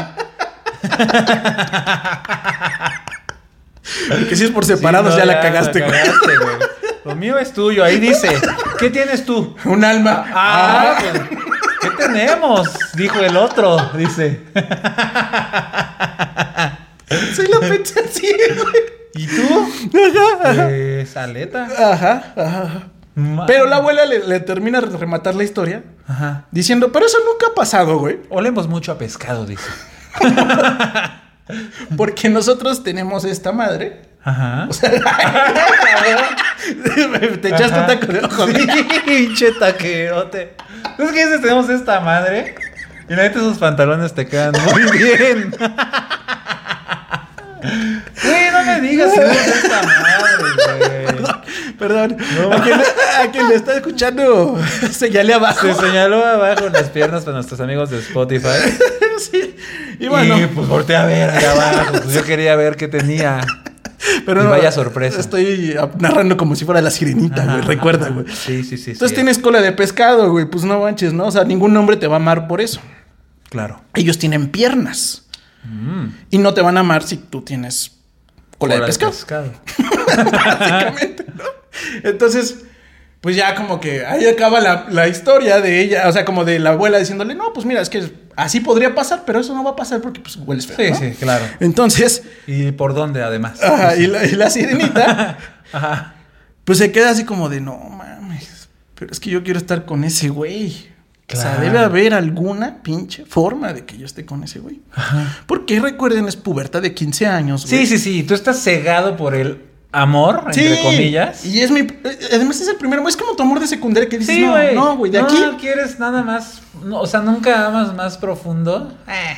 Speaker 1: Porque si es por separados,
Speaker 2: Sí, no,
Speaker 1: ya, la cagaste, güey.
Speaker 2: cagaste, güey. Lo mío es tuyo, ahí dice. ¿Qué tienes tú?
Speaker 1: Un alma. Ah.
Speaker 2: Ah, pues, ¿qué tenemos? Dijo el otro, dice.
Speaker 1: Sí lo pensé así, güey.
Speaker 2: ¿Y tú? Pues aleta.
Speaker 1: Ajá, ajá.
Speaker 2: Ma-
Speaker 1: Pero la abuela le, le termina de rematar la historia
Speaker 2: Ajá.
Speaker 1: diciendo, pero eso nunca ha pasado, güey.
Speaker 2: Olemos mucho a pescado, dice.
Speaker 1: Porque nosotros tenemos esta madre.
Speaker 2: Ajá.
Speaker 1: Te echaste un taco de ojo.
Speaker 2: Sí, pinche taquerote. Es que dices, tenemos esta madre. Y la neta, esos pantalones te quedan muy bien. Güey, no me digas que tenemos esta madre, güey.
Speaker 1: Perdón.
Speaker 2: No.
Speaker 1: A, quien, a quien le está escuchando, señale abajo.
Speaker 2: Se señaló abajo en las piernas para nuestros amigos de Spotify.
Speaker 1: Sí. Y
Speaker 2: Y,
Speaker 1: bueno,
Speaker 2: pues volteé a ver allá abajo. Pues, yo quería ver qué tenía.
Speaker 1: pero
Speaker 2: y
Speaker 1: no,
Speaker 2: vaya sorpresa.
Speaker 1: Estoy narrando como si fuera la sirenita, güey.
Speaker 2: Ajá,
Speaker 1: Recuerda,
Speaker 2: ajá.
Speaker 1: güey.
Speaker 2: Sí, sí, sí.
Speaker 1: Entonces
Speaker 2: sí.
Speaker 1: tienes cola de pescado, güey. Pues no manches, ¿no? O sea, ningún hombre te va a amar por eso.
Speaker 2: Claro.
Speaker 1: Ellos tienen piernas.
Speaker 2: Mm.
Speaker 1: Y no te van a amar si tú tienes cola, de pescado. básicamente, ¿no? Entonces, pues ya como que ahí acaba la, la historia de ella, o sea, como de la abuela diciéndole, no, pues mira, es que así podría pasar, pero eso no va a pasar porque pues hueles feo.
Speaker 2: Sí,
Speaker 1: ¿no?".
Speaker 2: sí, claro.
Speaker 1: Entonces,
Speaker 2: ¿Y por dónde además?
Speaker 1: ajá, Ah, y, la, y la sirenita,
Speaker 2: Ajá.
Speaker 1: pues se queda así como de, no mames, pero es que yo quiero estar con ese güey. O sea,
Speaker 2: Claro.
Speaker 1: debe haber alguna pinche forma de que yo esté con ese güey. Porque recuerden, es puberta de 15 años. güey.
Speaker 2: Sí, sí, sí. Tú estás cegado por el amor, entre comillas.
Speaker 1: Y es mi. eh, Además, es el primer güey. Es como tu amor de secundaria que dices,
Speaker 2: Sí,
Speaker 1: no,
Speaker 2: güey.
Speaker 1: no, güey, de aquí.
Speaker 2: No quieres nada más. no, o sea, nunca amas más profundo. Eh,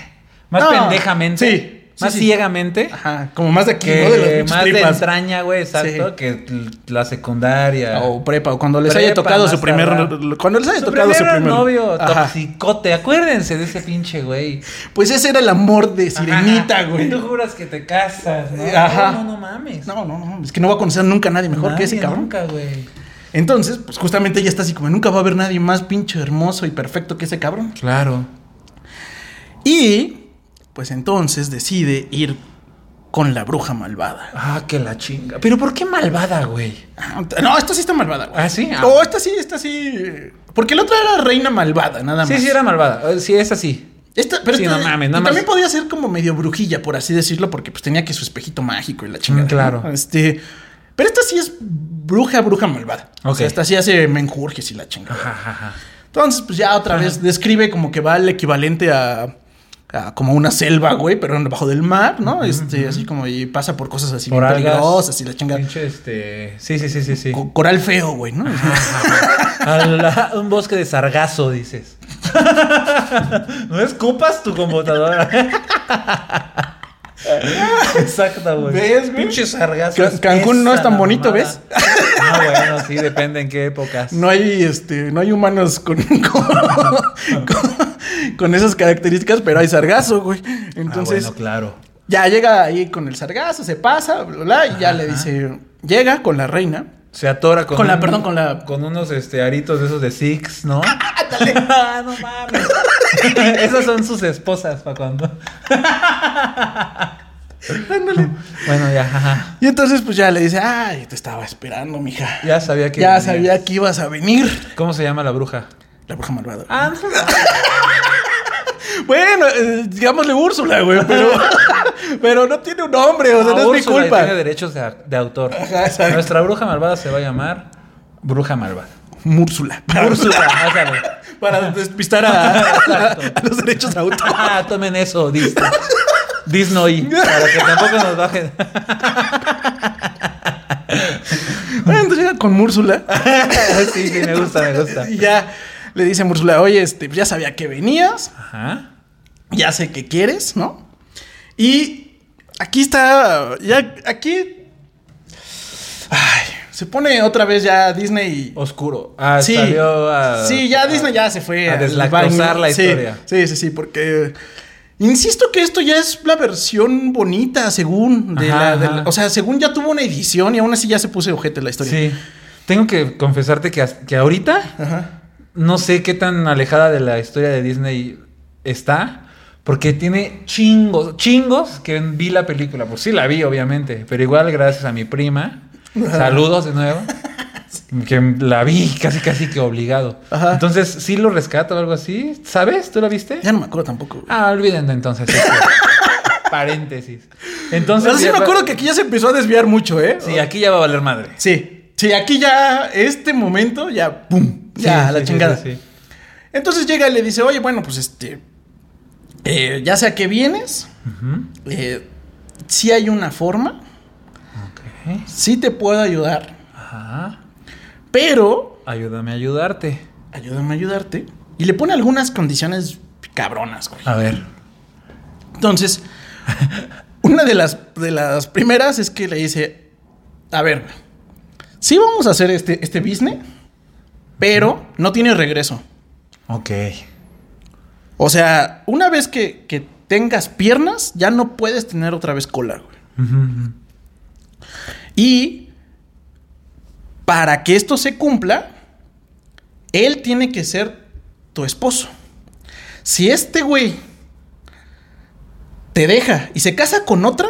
Speaker 2: más
Speaker 1: No.
Speaker 2: pendejamente.
Speaker 1: Sí, sí,
Speaker 2: Más
Speaker 1: sí.
Speaker 2: ciegamente.
Speaker 1: Ajá, como más de aquí,
Speaker 2: que
Speaker 1: ¿no? De las pinches
Speaker 2: más de
Speaker 1: tripas.
Speaker 2: entraña, güey, exacto,
Speaker 1: Sí.
Speaker 2: que l- la secundaria.
Speaker 1: O prepa, o cuando les
Speaker 2: Prepa,
Speaker 1: haya tocado
Speaker 2: más
Speaker 1: su primer.
Speaker 2: tardar.
Speaker 1: Cuando les haya
Speaker 2: su
Speaker 1: tocado
Speaker 2: primer
Speaker 1: su primer.
Speaker 2: novio
Speaker 1: Ajá.
Speaker 2: toxicote, acuérdense de ese pinche güey.
Speaker 1: Pues ese era el amor de sirenita,
Speaker 2: Ajá.
Speaker 1: güey.
Speaker 2: Tú juras que te casas, ¿no?
Speaker 1: Ajá.
Speaker 2: No, no, no mames.
Speaker 1: No, no, no. Es que no va a conocer nunca a nadie mejor que ese
Speaker 2: Nadie,
Speaker 1: cabrón.
Speaker 2: Nunca, güey.
Speaker 1: Entonces, pues justamente ella está así como: nunca va a haber nadie más pinche hermoso y perfecto que ese cabrón.
Speaker 2: Claro.
Speaker 1: Y. Pues entonces decide ir con la bruja malvada.
Speaker 2: Ah, que la chinga. Pero ¿por qué malvada, güey?
Speaker 1: Ah, No, esta sí está malvada, güey.
Speaker 2: ¿Ah, sí? Ah.
Speaker 1: No, esta sí, esta sí. Porque la otra era reina malvada, nada más.
Speaker 2: Sí, sí, era malvada. Eh, Sí, es así.
Speaker 1: Esta, pero
Speaker 2: Sí,
Speaker 1: esta-
Speaker 2: no mames,
Speaker 1: y
Speaker 2: nada
Speaker 1: también
Speaker 2: más.
Speaker 1: podía ser como medio brujilla, por así decirlo, porque pues tenía que su espejito mágico y la chingada.
Speaker 2: Mm, claro.
Speaker 1: ¿no? Este, pero esta sí es bruja, bruja malvada. O
Speaker 2: Ok.
Speaker 1: sea, esta sí hace menjurjes y la chingada.
Speaker 2: Ajá, ajá, ajá.
Speaker 1: Entonces, pues ya otra vez describe como que va al equivalente a, a como una selva, güey, pero debajo del mar, ¿no? Este, así como y pasa por cosas así
Speaker 2: Por
Speaker 1: bien
Speaker 2: algas.
Speaker 1: peligrosas y la chingada.
Speaker 2: Pinche este. Sí, sí, sí, sí, sí.
Speaker 1: Co- Coral feo, güey, ¿no?
Speaker 2: Al- a un bosque de sargazo, dices. no escupas tu computadora. Exacto, güey.
Speaker 1: ¿Ves, güey?
Speaker 2: Pinche sargazo.
Speaker 1: Ca-
Speaker 2: es
Speaker 1: Cancún no
Speaker 2: esa
Speaker 1: es tan
Speaker 2: la
Speaker 1: bonito,
Speaker 2: mamada.
Speaker 1: ¿ves?
Speaker 2: Ah, bueno, sí, depende en qué épocas.
Speaker 1: No hay, este, no hay humanos con, con, con- con esas características, pero hay sargazo, güey. Entonces,
Speaker 2: Ah, bueno, claro.
Speaker 1: ya llega ahí con el sargazo, se pasa, bla, bla, y ya le dice, llega con la reina.
Speaker 2: Se atora con.
Speaker 1: Con la- perdón, con la-
Speaker 2: Con unos este, aritos de esos de Six, ¿no? ¡Ah, no mames! Esas son sus esposas, para cuando. Bueno, ya, ajá.
Speaker 1: Y entonces, pues ya le dice, ay, te estaba esperando, mija.
Speaker 2: Ya sabía que.
Speaker 1: Ya
Speaker 2: venía.
Speaker 1: sabía que ibas a venir.
Speaker 2: ¿Cómo se llama la bruja?
Speaker 1: La bruja malvada.
Speaker 2: Ah,
Speaker 1: Bueno, eh, digámosle Úrsula, güey, pero, pero no tiene un nombre, o sea, no es mi culpa.
Speaker 2: Tiene derechos de, de autor.
Speaker 1: Ajá, exacto.
Speaker 2: Nuestra bruja malvada se va a llamar Bruja Malvada.
Speaker 1: Múrsula.
Speaker 2: Úrsula, ándale.
Speaker 1: Para despistar a,
Speaker 2: Exacto.
Speaker 1: a los derechos de autor.
Speaker 2: Ah, tomen eso, Disney. Disney. Para que tampoco nos bajen.
Speaker 1: Bueno, entonces llega con Múrsula
Speaker 2: sí, sí, me gusta, me gusta.
Speaker 1: y ya le dice a Múrsula, oye, este, ya sabía que venías,
Speaker 2: Ajá.
Speaker 1: ya sé que quieres, ¿no? Y aquí está, ya, aquí... Ay, se pone otra vez ya Disney...
Speaker 2: Oscuro. Ah, salió a.
Speaker 1: sí, ya
Speaker 2: a-
Speaker 1: Disney ya se fue
Speaker 2: Ah, a
Speaker 1: al
Speaker 2: deslactosar
Speaker 1: baño.
Speaker 2: la
Speaker 1: Sí,
Speaker 2: historia.
Speaker 1: Sí, sí, sí, porque... Insisto que esto ya es la versión bonita, según... de
Speaker 2: Ajá,
Speaker 1: la- de
Speaker 2: ajá.
Speaker 1: la- o sea, según ya tuvo una edición y aún así ya se puso ojete la historia.
Speaker 2: Sí. Tengo que confesarte que, as- que ahorita
Speaker 1: Ajá.
Speaker 2: no sé qué tan alejada de la historia de Disney está. Porque tiene chingos, chingos que vi la película. Pues sí la vi, obviamente. Pero igual, gracias a mi prima. Saludos de nuevo. que la vi casi casi que obligado.
Speaker 1: Ajá.
Speaker 2: Entonces, sí lo rescato o algo así. ¿Sabes? ¿Tú la viste?
Speaker 1: Ya no me acuerdo tampoco. güey.
Speaker 2: Ah, olvídenlo entonces. esto. Paréntesis. Entonces.
Speaker 1: Pero sí
Speaker 2: ya
Speaker 1: me
Speaker 2: va-
Speaker 1: acuerdo que aquí ya se empezó a desviar mucho, ¿eh?
Speaker 2: Sí, aquí ya va a valer madre.
Speaker 1: Sí. Sí, aquí ya, este momento, ya, pum,
Speaker 2: Sí,
Speaker 1: ya, a la
Speaker 2: sí, sí,
Speaker 1: chingada.
Speaker 2: sí, sí.
Speaker 1: Entonces llega y le dice, oye, bueno, pues este, eh, ya sea que vienes,
Speaker 2: Ujú.
Speaker 1: eh, sí hay una forma,
Speaker 2: Ok.
Speaker 1: sí te puedo ayudar,
Speaker 2: Ajá.
Speaker 1: pero
Speaker 2: Ayúdame a ayudarte.
Speaker 1: ayúdame a ayudarte. Y le pone algunas condiciones cabronas, güey.
Speaker 2: A ver.
Speaker 1: Entonces, una de las, de las primeras es que le dice, a ver, sí vamos a hacer este, este business, pero no tiene regreso.
Speaker 2: Ok.
Speaker 1: O sea, una vez que, que tengas piernas, ya no puedes tener otra vez cola, güey.
Speaker 2: Ujú, ujú.
Speaker 1: Y para que esto se cumpla, él tiene que ser tu esposo. Si este güey te deja y se casa con otra,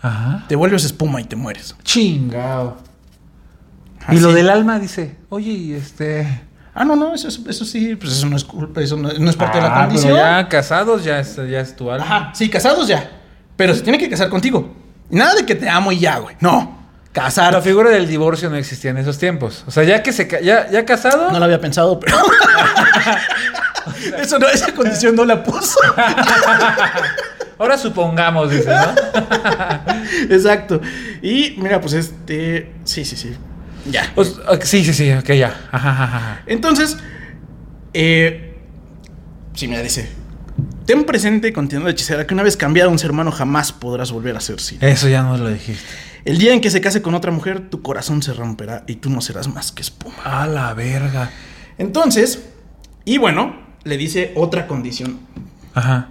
Speaker 2: Ajá.
Speaker 1: te vuelves espuma y te mueres.
Speaker 2: Chingado.
Speaker 1: Así.
Speaker 2: Y lo del alma dice, oye, y este.
Speaker 1: Ah, no, no, eso, es- eso sí, pues eso no es culpa, eso no, no es parte de la
Speaker 2: Ah, pero
Speaker 1: condición.
Speaker 2: ya casados, ya es, ya es tu alma.
Speaker 1: Ajá, sí, casados ya. Pero se tiene que casar contigo. Y Nada de que te amo y ya, güey. No,
Speaker 2: Ah, La
Speaker 1: casar.
Speaker 2: figura del divorcio no existía en esos tiempos. O sea, ya que se ca- ya, ya casado,
Speaker 1: No lo había pensado, pero. Eso no, esa condición no la puso.
Speaker 2: ahora supongamos, dice, ¿no?
Speaker 1: Exacto. Y mira, pues este. Sí, sí, sí. Ya.
Speaker 2: O s- Pues, ok, sí, sí, sí, ok, ya. Ajá, ajá, ajá.
Speaker 1: Entonces, eh, sí, mira, dice: Ten presente, continuando la hechicera, que una vez cambiado un ser humano jamás podrás volver a ser sí.
Speaker 2: Eso ya nos lo dijiste.
Speaker 1: El día en que se case con otra mujer, tu corazón se romperá y tú no serás más que espuma.
Speaker 2: A la verga.
Speaker 1: Entonces, y bueno, le dice otra condición:
Speaker 2: Ajá.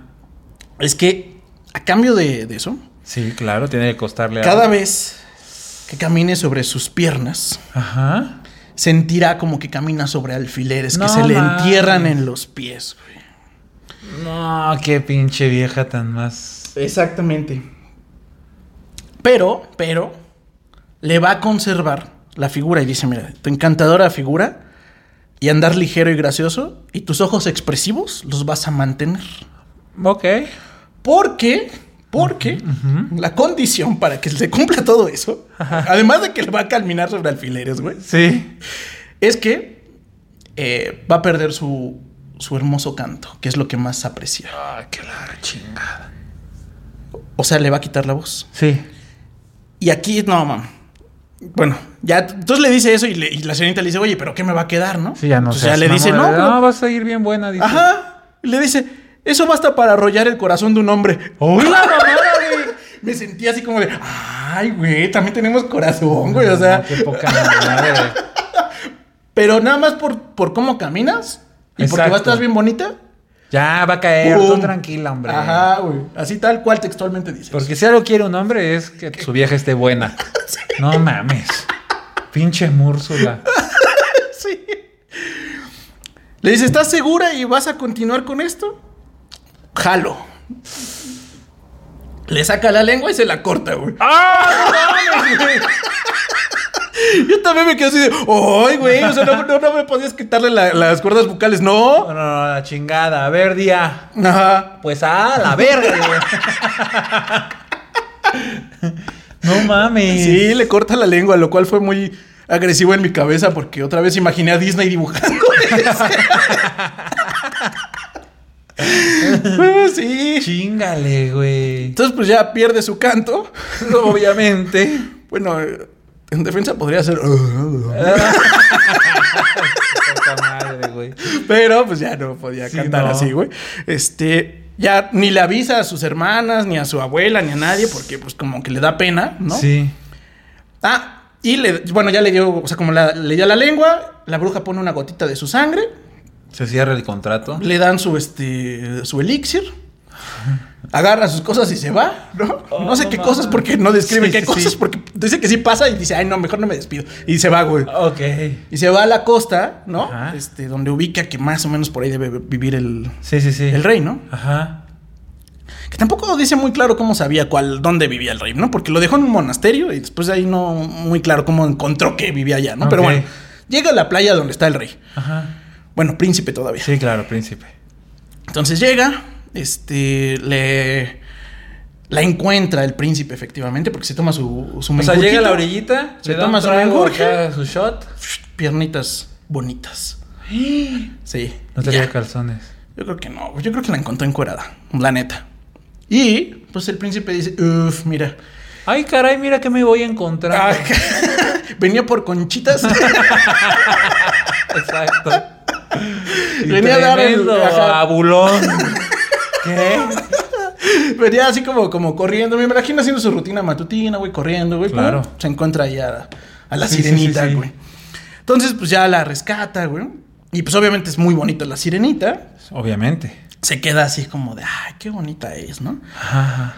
Speaker 1: es que a cambio de, de eso,
Speaker 2: Sí, claro, tiene que costarle
Speaker 1: cada
Speaker 2: algo.
Speaker 1: vez que camine sobre sus piernas,
Speaker 2: Ajá.
Speaker 1: sentirá como que camina sobre alfileres
Speaker 2: No
Speaker 1: que se le
Speaker 2: mames.
Speaker 1: entierran en los pies. güey.
Speaker 2: No, qué pinche vieja tan más.
Speaker 1: Exactamente. Pero, pero, le va a conservar la figura y dice, mira, tu encantadora figura y andar ligero y gracioso y tus ojos expresivos los vas a mantener.
Speaker 2: Ok.
Speaker 1: Porque, porque la condición para que se cumpla todo eso, además de que le va a caminar sobre alfileres, güey,
Speaker 2: Sí.
Speaker 1: es que eh, va a perder su, su hermoso canto, que es lo que más aprecia.
Speaker 2: Ay, qué la chingada.
Speaker 1: O sea, le va a quitar la voz.
Speaker 2: Sí.
Speaker 1: Y aquí, no, mam. Bueno, ya, entonces le dice eso y, le- y la señorita le dice, oye, pero ¿qué me va a quedar, no?
Speaker 2: Sí, ya no
Speaker 1: Entonces
Speaker 2: seas
Speaker 1: Pues ya le dice, no,
Speaker 2: mamona,
Speaker 1: pero-
Speaker 2: no, vas a ir bien buena, dice.
Speaker 1: ajá. Le dice, eso basta para arrollar el corazón de un hombre.
Speaker 2: ¡Hola, mamada, güey!
Speaker 1: Me sentí así como de, ay, güey, también tenemos corazón, güey, o sea.
Speaker 2: No, qué poca madre.
Speaker 1: Pero nada más por, por cómo caminas y porque
Speaker 2: Exacto.
Speaker 1: vas, estás bien bonita.
Speaker 2: Ya, va a caer. Tú
Speaker 1: ¡pum!
Speaker 2: tranquila, hombre.
Speaker 1: Ajá, güey. Así tal cual textualmente dice.
Speaker 2: Porque si algo quiere un hombre es que su vieja esté buena. No mames. Pinche Múrsula.
Speaker 1: Sí. Le dice, ¿estás segura y vas a continuar con esto? Jalo. Le saca la lengua y se la corta, güey.
Speaker 2: ¡Ah! ¡No mames, güey!
Speaker 1: Yo también me quedé así de, ¡ay, güey! O sea, no, no- no me podías quitarle la- las cuerdas bucales, ¿no?
Speaker 2: No, no, no, la chingada. A ver, día.
Speaker 1: Ajá.
Speaker 2: Pues a la verga, güey. No mames.
Speaker 1: Sí, le corta la lengua, lo cual fue muy agresivo en mi cabeza porque otra vez imaginé a Disney dibujando. eso. Ah, sí.
Speaker 2: Chingale, güey.
Speaker 1: Entonces, pues ya pierde su canto.
Speaker 2: Obviamente.
Speaker 1: Bueno, eh, en defensa podría ser.
Speaker 2: Poca madre, güey.
Speaker 1: Pero pues ya no podía
Speaker 2: Sí,
Speaker 1: cantar
Speaker 2: no.
Speaker 1: así, güey. Este. Ya ni le avisa a sus hermanas, ni a su abuela, ni a nadie, porque pues como que le da pena, ¿no?
Speaker 2: Sí.
Speaker 1: Ah, y le, bueno, ya le dio, o sea, como la- le dio la lengua, la bruja pone una gotita de su sangre,
Speaker 2: Se cierra el contrato.
Speaker 1: le dan su, este, su elixir, agarra sus cosas y se va, ¿no? no sé
Speaker 2: Oh, no
Speaker 1: qué
Speaker 2: mames.
Speaker 1: cosas, porque no describe
Speaker 2: Sí,
Speaker 1: qué
Speaker 2: sí,
Speaker 1: cosas,
Speaker 2: sí.
Speaker 1: porque dice que sí pasa y dice, ay, no, mejor no me despido. Y se va, güey.
Speaker 2: Ok.
Speaker 1: Y se va a la costa, ¿no?
Speaker 2: Ajá.
Speaker 1: Este, donde ubica que más o menos por ahí debe vivir el,
Speaker 2: Sí, sí, sí.
Speaker 1: el rey, ¿no?
Speaker 2: Ajá.
Speaker 1: que tampoco dice muy claro cómo sabía cuál, dónde vivía el rey, ¿no? Porque lo dejó en un monasterio y después de ahí no muy claro cómo encontró que vivía allá, ¿no? Pero
Speaker 2: Ok.
Speaker 1: bueno, llega a la playa donde está el rey.
Speaker 2: Ajá.
Speaker 1: Bueno, príncipe todavía.
Speaker 2: Sí, claro, príncipe.
Speaker 1: Entonces llega, este, le... La encuentra el príncipe, efectivamente, porque se toma su, su
Speaker 2: O sea, llega a la
Speaker 1: menjurquito,
Speaker 2: orillita,
Speaker 1: Se
Speaker 2: le da
Speaker 1: toma
Speaker 2: un
Speaker 1: su
Speaker 2: trago
Speaker 1: menjurje.
Speaker 2: acá, su shot.
Speaker 1: Piernitas bonitas. Sí.
Speaker 2: No
Speaker 1: ya.
Speaker 2: traía calzones.
Speaker 1: Yo creo que no, yo creo que la encontró encuerada, la neta. Y pues el príncipe dice, uff, mira,
Speaker 2: Ay, caray, mira que me voy a encontrar.
Speaker 1: venía por conchitas,
Speaker 2: Exacto. Y
Speaker 1: Venía a dar el-
Speaker 2: tremendo
Speaker 1: ajá.
Speaker 2: abulón. ¿Qué?
Speaker 1: venía así como, como corriendo, me imagino haciendo su rutina matutina, güey, corriendo, güey.
Speaker 2: Claro.
Speaker 1: pum, Se encuentra ahí a, a la
Speaker 2: Sí, sí, sí,
Speaker 1: sirenita,
Speaker 2: sí.
Speaker 1: güey. Entonces pues ya la rescata, güey. Y pues obviamente es muy bonita la sirenita.
Speaker 2: Obviamente.
Speaker 1: Se queda así como de, ay, qué bonita es, ¿no?
Speaker 2: Ajá.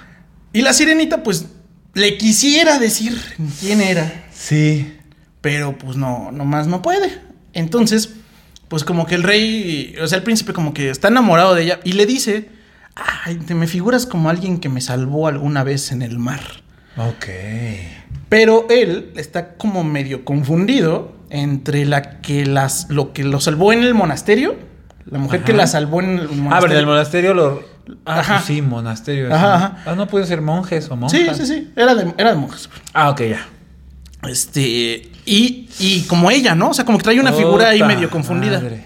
Speaker 1: Y la sirenita pues le quisiera decir quién era.
Speaker 2: Sí.
Speaker 1: pero pues no, nomás no puede. Entonces, pues como que el rey, o sea, el príncipe como que está enamorado de ella y le dice, ay, te me figuras como alguien que me salvó alguna vez en el mar.
Speaker 2: Ok.
Speaker 1: Pero él está como medio confundido entre la que las, lo que lo salvó en el monasterio, la mujer
Speaker 2: Ajá.
Speaker 1: que la salvó en el monasterio.
Speaker 2: Ah, pero en el monasterio lo. Ah,
Speaker 1: Ajá.
Speaker 2: pues sí, monasterio.
Speaker 1: Ajá,
Speaker 2: sí.
Speaker 1: ajá.
Speaker 2: Ah, no pueden ser monjes o
Speaker 1: Sí,
Speaker 2: monjas.
Speaker 1: sí, sí, era de, era de monjas.
Speaker 2: Ah, ok, ya.
Speaker 1: Este, y, y como ella, ¿no? O sea, como que trae una figura ahí
Speaker 2: Puta
Speaker 1: medio confundida.
Speaker 2: madre.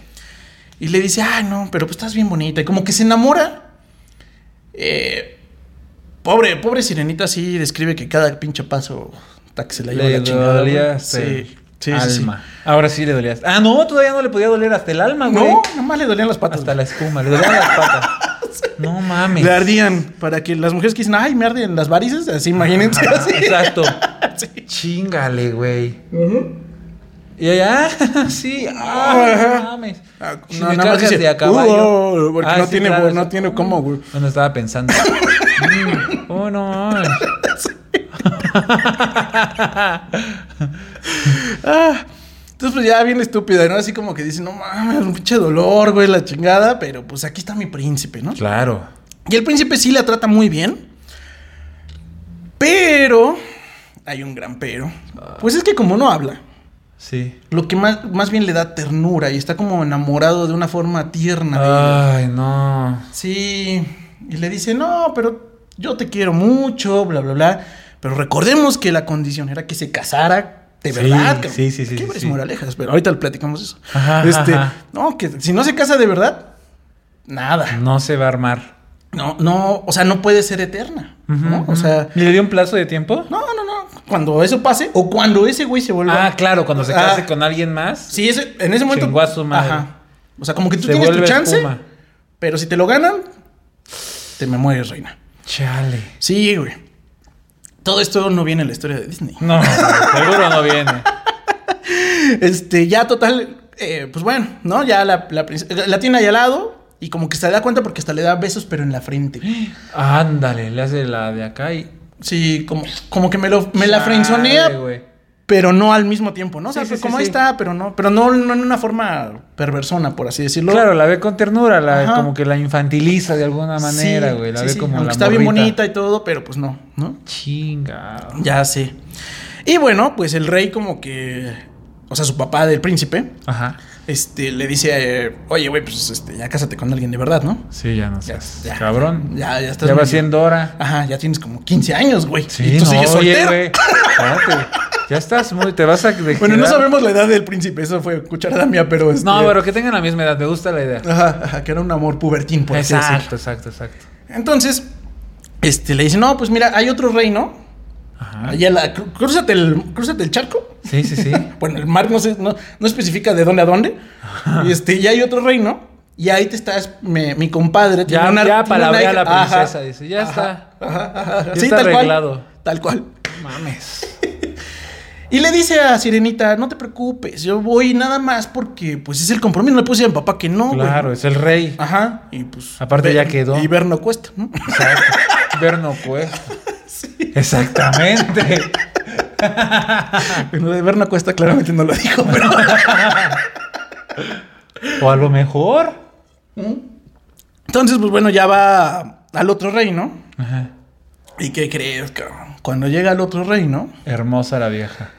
Speaker 1: Y le dice, ah, no, pero pues estás bien bonita. Y como que se enamora. Eh, pobre, pobre sirenita sí describe que cada pinche paso hasta que se la lleva
Speaker 2: Le
Speaker 1: la chingada.
Speaker 2: dolía
Speaker 1: güey.
Speaker 2: hasta
Speaker 1: sí,
Speaker 2: el
Speaker 1: sí, sí, sí.
Speaker 2: alma. Ahora sí le dolía. hasta- Ah, no, todavía no le podía doler hasta el alma, güey.
Speaker 1: No, nomás le dolían las patas.
Speaker 2: Hasta
Speaker 1: güey.
Speaker 2: la espuma, le dolían las patas. No mames.
Speaker 1: Le ardían. Para que las mujeres que dicen, ay, me arden las varices, así imagínense
Speaker 2: Ajá,
Speaker 1: así.
Speaker 2: Exacto.
Speaker 1: Sí.
Speaker 2: Chingale, güey. Y allá, sí.
Speaker 1: Ajá.
Speaker 2: Ah, no mames.
Speaker 1: Ah,
Speaker 2: Si
Speaker 1: no,
Speaker 2: me
Speaker 1: nada más
Speaker 2: cargas
Speaker 1: dice,
Speaker 2: de a caballo.
Speaker 1: "Uh, porque
Speaker 2: Ah,
Speaker 1: no,
Speaker 2: sí,
Speaker 1: tiene,
Speaker 2: claro,
Speaker 1: no
Speaker 2: sí.
Speaker 1: tiene cómo, güey.
Speaker 2: Bueno, estaba pensando. Mm, oh, no mames.
Speaker 1: Ah, entonces, pues ya bien estúpida, ¿no? Así como que dice, no mames, un pinche dolor, güey, la chingada. Pero pues aquí está mi príncipe, ¿no?
Speaker 2: Claro.
Speaker 1: Y el príncipe sí la trata muy bien. Pero. Hay un gran pero. Pues es que como no habla,
Speaker 2: Sí.
Speaker 1: lo que más, más bien le da ternura y está como enamorado de una forma tierna. de ella.
Speaker 2: Ay, no.
Speaker 1: Sí. Y le dice, no, pero yo te quiero mucho, bla, bla, bla. Pero recordemos que la condición era que se casara. De
Speaker 2: Sí,
Speaker 1: verdad, cabrón.
Speaker 2: sí, sí, sí,
Speaker 1: Qué
Speaker 2: sí,
Speaker 1: varias
Speaker 2: sí.
Speaker 1: moralejas, pero ahorita lo platicamos eso.
Speaker 2: Ajá,
Speaker 1: este,
Speaker 2: ajá.
Speaker 1: no, que si no se casa de verdad, nada.
Speaker 2: No se va a armar.
Speaker 1: No, no, o sea, no puede ser eterna, ¿no? O sea,
Speaker 2: ¿Y ¿Le dio un plazo de tiempo?
Speaker 1: no, no, no. Cuando eso pase o cuando ese güey se vuelva.
Speaker 2: Ah, claro, cuando se
Speaker 1: Ah,
Speaker 2: case con alguien más,
Speaker 1: Sí, ese, en ese momento.
Speaker 2: Chingó a su madre.
Speaker 1: O sea, como que tú
Speaker 2: se
Speaker 1: tienes
Speaker 2: vuelve
Speaker 1: tu chance,
Speaker 2: espuma.
Speaker 1: pero si te lo ganan, te me mueres, reina.
Speaker 2: Chale.
Speaker 1: Sí, güey. Todo esto no viene en la historia de Disney.
Speaker 2: No, seguro no viene.
Speaker 1: Este, ya total, eh, pues bueno, ¿no? Ya la, la, princ- la tiene ahí al lado y como que se da cuenta porque hasta le da besos, pero en la frente.
Speaker 2: Ándale, le hace la de acá y.
Speaker 1: Sí, como, como que me, lo, me la
Speaker 2: Chale,
Speaker 1: frenzonea,
Speaker 2: güey.
Speaker 1: pero no al mismo tiempo, ¿no? O sea,
Speaker 2: Sí, sí,
Speaker 1: pues
Speaker 2: sí,
Speaker 1: como ahí
Speaker 2: sí.
Speaker 1: está, pero no, pero no, no en una forma perversona, por así decirlo.
Speaker 2: Claro, la ve con ternura, la,
Speaker 1: Ajá.
Speaker 2: como que la infantiliza de alguna
Speaker 1: Sí,
Speaker 2: manera, güey. La
Speaker 1: sí,
Speaker 2: ve
Speaker 1: sí,
Speaker 2: como
Speaker 1: aunque
Speaker 2: la
Speaker 1: está bien
Speaker 2: morrita.
Speaker 1: bonita y todo, pero pues no, ¿no?
Speaker 2: Chinga.
Speaker 1: Ya sé. Y bueno, pues el rey como que, o sea, su papá del príncipe,
Speaker 2: Ajá.
Speaker 1: este, le dice, eh, oye, güey, pues este, ya cásate con alguien de verdad, ¿no?
Speaker 2: Sí, ya no
Speaker 1: Ya,
Speaker 2: seas.
Speaker 1: ya.
Speaker 2: Cabrón. Ya,
Speaker 1: Ya, ya estás.
Speaker 2: va
Speaker 1: medio-
Speaker 2: siendo hora.
Speaker 1: Ajá, ya tienes como 15 años, güey.
Speaker 2: Sí,
Speaker 1: y tú
Speaker 2: no,
Speaker 1: sigues
Speaker 2: oye,
Speaker 1: soltero.
Speaker 2: güey. espérate. Ya estás muy. Te vas a. de-
Speaker 1: Bueno, no
Speaker 2: quedar-
Speaker 1: sabemos la edad del príncipe, eso fue cucharada mía, pero este,
Speaker 2: No, pero que tengan la misma edad. Me gusta la idea.
Speaker 1: Ajá, ajá, que era un amor pubertín, por así decirlo.
Speaker 2: Exacto, exacto, exacto.
Speaker 1: Entonces, este, le dice, no, pues mira, hay otro reino.
Speaker 2: Ajá.
Speaker 1: Allá la, cru- crúzate, el, crúzate el charco.
Speaker 2: Sí, sí, sí.
Speaker 1: Bueno, el mar no, se, no, no especifica de dónde a dónde. Y este, y hay otro reino. Y ahí te estás, me- mi compadre. tiene
Speaker 2: Ya- ya
Speaker 1: tiene
Speaker 2: palabrea la
Speaker 1: hija-
Speaker 2: princesa, dice, ya está.
Speaker 1: ajá, ajá,
Speaker 2: Ya
Speaker 1: sí,
Speaker 2: está
Speaker 1: tal
Speaker 2: arreglado.
Speaker 1: cual. Tal cual.
Speaker 2: Mames.
Speaker 1: Y le dice a Sirenita, no te preocupes, yo voy nada más porque pues es el compromiso. No le puse a mi papá que no, güey.
Speaker 2: Claro, es el rey.
Speaker 1: Ajá. Y pues.
Speaker 2: Aparte ya quedó.
Speaker 1: Y ver no cuesta, ¿no?
Speaker 2: Exacto. Ver no cuesta. Exactamente.
Speaker 1: Lo de ver no cuesta, claramente no lo dijo, pero.
Speaker 2: O a lo mejor.
Speaker 1: Entonces, pues bueno, ya va al otro reino.
Speaker 2: Ajá.
Speaker 1: ¿Y qué crees, cabrón? Cuando llega al otro reino,
Speaker 2: Hermosa la vieja.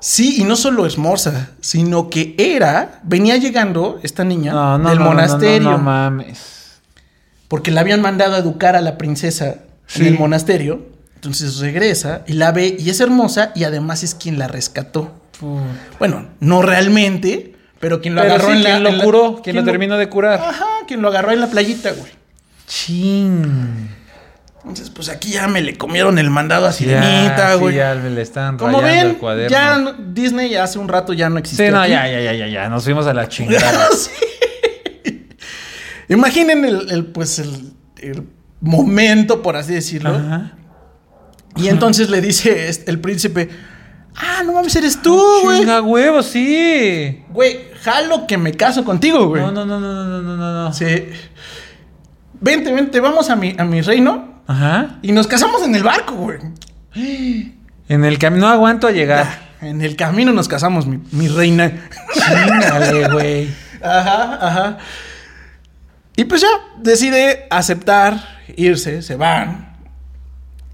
Speaker 1: sí, y no solo es morsa, sino que era, venía llegando esta niña del
Speaker 2: no, no,
Speaker 1: monasterio,
Speaker 2: No, no mames.
Speaker 1: porque la habían mandado a educar a la princesa
Speaker 2: Sí.
Speaker 1: en el monasterio. Entonces regresa y la ve y es hermosa y además es quien la rescató. Bueno, no realmente, pero quien lo
Speaker 2: Pero
Speaker 1: agarró
Speaker 2: sí,
Speaker 1: en la.
Speaker 2: ¿quién lo
Speaker 1: en la-
Speaker 2: curó? ¿Quién, lo terminó de curar?
Speaker 1: Ajá, quien lo agarró en la playita, güey.
Speaker 2: Ching.
Speaker 1: Entonces, pues aquí ya me le comieron el mandado a Sirenita,
Speaker 2: sí,
Speaker 1: güey.
Speaker 2: ya le están
Speaker 1: Como
Speaker 2: rayando
Speaker 1: ven,
Speaker 2: el cuaderno.
Speaker 1: ya no- Disney hace un rato ya no existe.
Speaker 2: Sí, no, ya, ya, ya, ya, ya. Nos fuimos a la chingada.
Speaker 1: Sí. Imaginen el, el, pues el, el momento, por así decirlo.
Speaker 2: Ajá.
Speaker 1: Y entonces le dice este- el príncipe: Ah, no mames, eres tú, güey.
Speaker 2: Chinga huevo, sí.
Speaker 1: Güey, jalo que me caso contigo, güey.
Speaker 2: No, no, no, no, no, no, no, no.
Speaker 1: Sí. Vente, vente, vamos a mi, a mi reino
Speaker 2: Ajá.
Speaker 1: y nos casamos en el barco, güey.
Speaker 2: En el camino no aguanto a llegar.
Speaker 1: En el camino nos casamos, mi, mi reina.
Speaker 2: Chingale, güey.
Speaker 1: Ajá, ajá. Y pues ya, decide aceptar, irse, se van.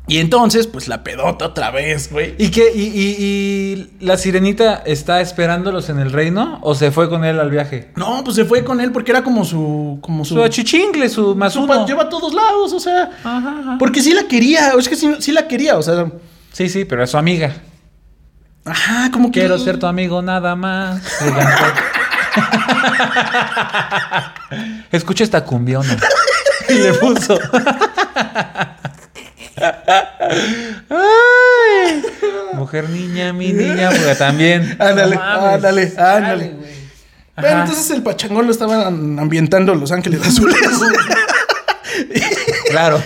Speaker 1: Y entonces, pues la pedota otra vez, güey.
Speaker 2: ¿Y qué? ¿Y, y, y la sirenita está esperándolos en el reino? ¿O se fue con él al viaje?
Speaker 1: No, pues se fue con él porque era como su. como su.
Speaker 2: Su achichingle, su más
Speaker 1: su
Speaker 2: uno.
Speaker 1: pa- lleva a todos lados, o sea.
Speaker 2: Ajá, ajá.
Speaker 1: Porque sí la quería, es que sí, sí la quería, o sea.
Speaker 2: Sí, sí, pero es su amiga.
Speaker 1: Ajá, como que.
Speaker 2: Quiero ser tu amigo nada más. Le cantó. Escucha esta cumbiona. Y le puso.
Speaker 1: Eh.
Speaker 2: Ay, mujer niña, mi niña, porque también.
Speaker 1: Ándale,
Speaker 2: No mames.
Speaker 1: ándale,
Speaker 2: Chale,
Speaker 1: ándale.
Speaker 2: güey.
Speaker 1: Bueno,
Speaker 2: Ajá.
Speaker 1: entonces el pachangón lo estaban ambientando Los Ángeles Azules.
Speaker 2: Claro.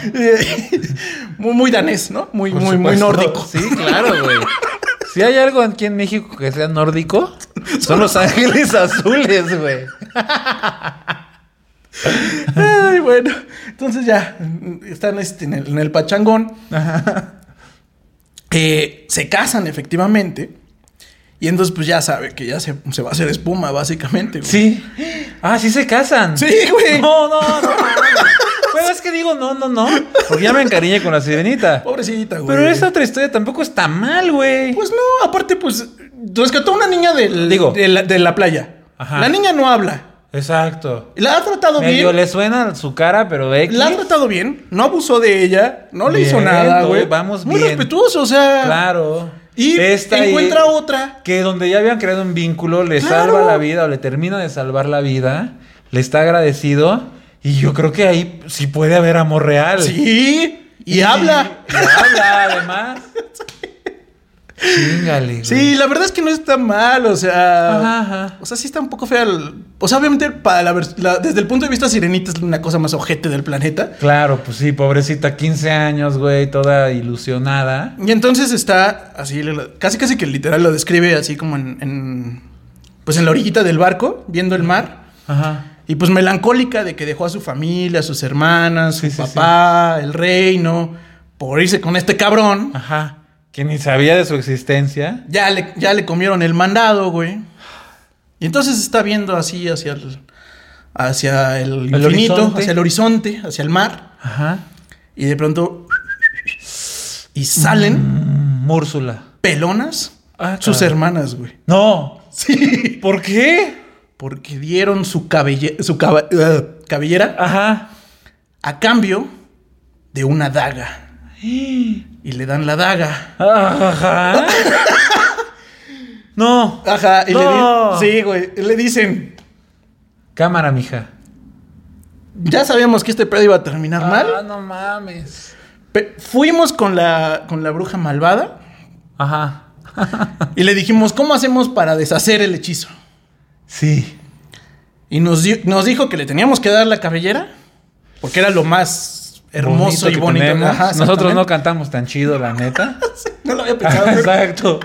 Speaker 1: muy, muy danés, ¿no? Muy,
Speaker 2: Por
Speaker 1: muy, muy
Speaker 2: supuesto.
Speaker 1: nórdico.
Speaker 2: Sí, claro, güey. Si hay algo aquí en México que sea nórdico, son los ángeles azules, güey.
Speaker 1: Ay, bueno. Entonces ya mm, están este, en, el, en el pachangón. Eh, se casan efectivamente. Y entonces, pues ya sabe que ya se, se va a hacer espuma, básicamente. güey.
Speaker 2: Sí. Ah, sí se casan.
Speaker 1: Sí, güey.
Speaker 2: No, no, no. no, no. Bueno, es que digo no, no, no. Porque ya me encariñé con la sirenita.
Speaker 1: Pobrecita, güey.
Speaker 2: Pero esta otra historia tampoco está mal, güey.
Speaker 1: Pues no, aparte, pues rescató a una niña del,
Speaker 2: Digo.
Speaker 1: de, la, de la playa.
Speaker 2: Ajá.
Speaker 1: La niña no habla.
Speaker 2: Exacto.
Speaker 1: La ha tratado
Speaker 2: Medio
Speaker 1: bien.
Speaker 2: le suena su cara, pero X.
Speaker 1: La ha tratado bien. No abusó de ella. No le hizo
Speaker 2: Bien,
Speaker 1: nada,
Speaker 2: todo,
Speaker 1: güey.
Speaker 2: vamos
Speaker 1: Muy
Speaker 2: bien.
Speaker 1: respetuoso, o sea.
Speaker 2: Claro.
Speaker 1: Y
Speaker 2: Esta
Speaker 1: encuentra otra.
Speaker 2: que donde ya habían creado un vínculo le
Speaker 1: Claro.
Speaker 2: salva la vida o le termina de salvar la vida, le está agradecido y yo creo que ahí sí puede haber amor real.
Speaker 1: Sí. Y habla.
Speaker 2: Y habla además. Chingale. güey.
Speaker 1: Sí, la verdad es que no está mal, o sea.
Speaker 2: Ajá, ajá.
Speaker 1: O sea, sí está un poco fea. el- o sea, obviamente, para la vers- la- desde el punto de vista sirenita es una cosa más ojete del planeta.
Speaker 2: Claro, pues sí, pobrecita, 15 años, güey, toda ilusionada.
Speaker 1: Y entonces está así, le- casi casi que literal lo describe así como en, en- Pues en la orillita del barco, viendo el mar.
Speaker 2: Ajá.
Speaker 1: Y pues melancólica de que dejó a su familia, a sus hermanas, su
Speaker 2: Sí, sí,
Speaker 1: papá, el reino, por irse con este cabrón.
Speaker 2: Ajá. Que ni sabía de su existencia.
Speaker 1: Ya le, ya le comieron el mandado, güey. Y entonces está viendo así hacia el, hacia el
Speaker 2: El
Speaker 1: infinito,
Speaker 2: horizonte.
Speaker 1: hacia el horizonte, hacia el mar.
Speaker 2: Ajá.
Speaker 1: Y de pronto. Y salen
Speaker 2: Mm, Múrsula.
Speaker 1: pelonas
Speaker 2: Ah,
Speaker 1: sus
Speaker 2: caray.
Speaker 1: hermanas, güey.
Speaker 2: No.
Speaker 1: Sí.
Speaker 2: ¿Por qué?
Speaker 1: Porque dieron su, cabelle- su caba- eh, cabellera
Speaker 2: Ajá.
Speaker 1: a cambio de una daga. Y le dan la daga.
Speaker 2: Ajá. No.
Speaker 1: Ajá. Y
Speaker 2: No.
Speaker 1: le di- Sí, güey. Le dicen.
Speaker 2: Cámara, mija.
Speaker 1: Ya sabíamos que este pedo iba a terminar
Speaker 2: Ah,
Speaker 1: mal.
Speaker 2: no mames.
Speaker 1: Pe- fuimos con la, con la bruja malvada
Speaker 2: Ajá.
Speaker 1: y le dijimos, ¿cómo hacemos para deshacer el hechizo?
Speaker 2: Sí.
Speaker 1: Y nos, di- nos dijo que le teníamos que dar la cabellera, porque era lo más hermoso y
Speaker 2: que
Speaker 1: bonito.
Speaker 2: tenemos.
Speaker 1: Ajá,
Speaker 2: Nosotros no
Speaker 1: exactamente.
Speaker 2: cantamos tan chido, la neta.
Speaker 1: No lo había pensado. pero-
Speaker 2: Exacto.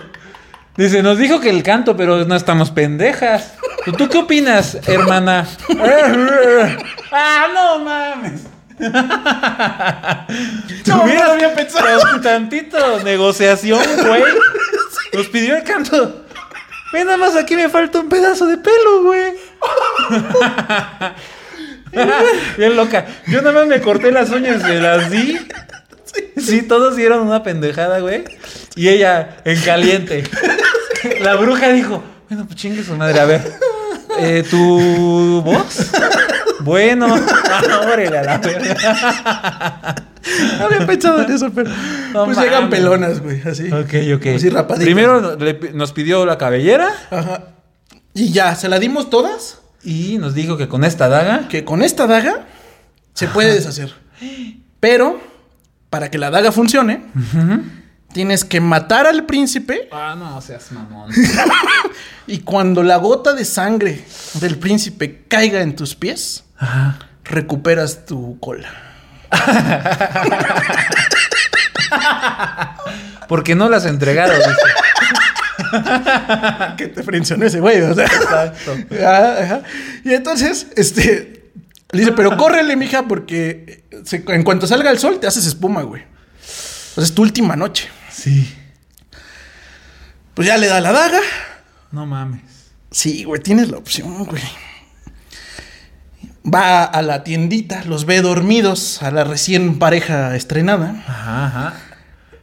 Speaker 2: Dice, nos dijo que el canto, pero no estamos pendejas. Pues, ¿Tú, tú qué opinas, hermana? ah, no mames.
Speaker 1: No,
Speaker 2: Tuvieras
Speaker 1: no lo había pensado.
Speaker 2: tan- Tantito negociación, güey. Nos pidió el canto. Ve nada más aquí me falta un pedazo de pelo, güey. Bien loca. Yo nada más me corté las uñas, se las di. Sí, todos dieron una pendejada, güey. Y ella, en caliente. La bruja dijo, bueno, pues chingue su madre, a ver. eh, ¿Tu voz? Bueno, órale a la verga.
Speaker 1: No había pensado en eso, pero.
Speaker 2: No
Speaker 1: pues llegan
Speaker 2: mames.
Speaker 1: pelonas, güey, así.
Speaker 2: Ok, ok.
Speaker 1: Así rapaditas.
Speaker 2: Primero no- le pi- nos pidió la cabellera
Speaker 1: Ajá. Y ya, se la dimos todas.
Speaker 2: y nos dijo que con esta daga.
Speaker 1: Que con esta daga se puede deshacer. Pero, para que la daga funcione, tienes que matar al príncipe.
Speaker 2: Ah, no seas mamón.
Speaker 1: Y cuando la gota de sangre del príncipe caiga en tus pies,
Speaker 2: Ajá.
Speaker 1: recuperas tu cola.
Speaker 2: Porque no las entregaron. dice.
Speaker 1: Que te frencionó ese güey, o sea.
Speaker 2: Exacto.
Speaker 1: Ajá, ajá. Y entonces, este. Le dice, pero córrele, mija, porque eh, se- en cuanto salga el sol te haces espuma, güey. Pues es tu última noche.
Speaker 2: Sí.
Speaker 1: Pues ya le da la daga.
Speaker 2: No mames.
Speaker 1: Sí, güey, tienes la opción, güey. Va a la tiendita, los ve dormidos a la recién pareja estrenada.
Speaker 2: Ajá, ajá.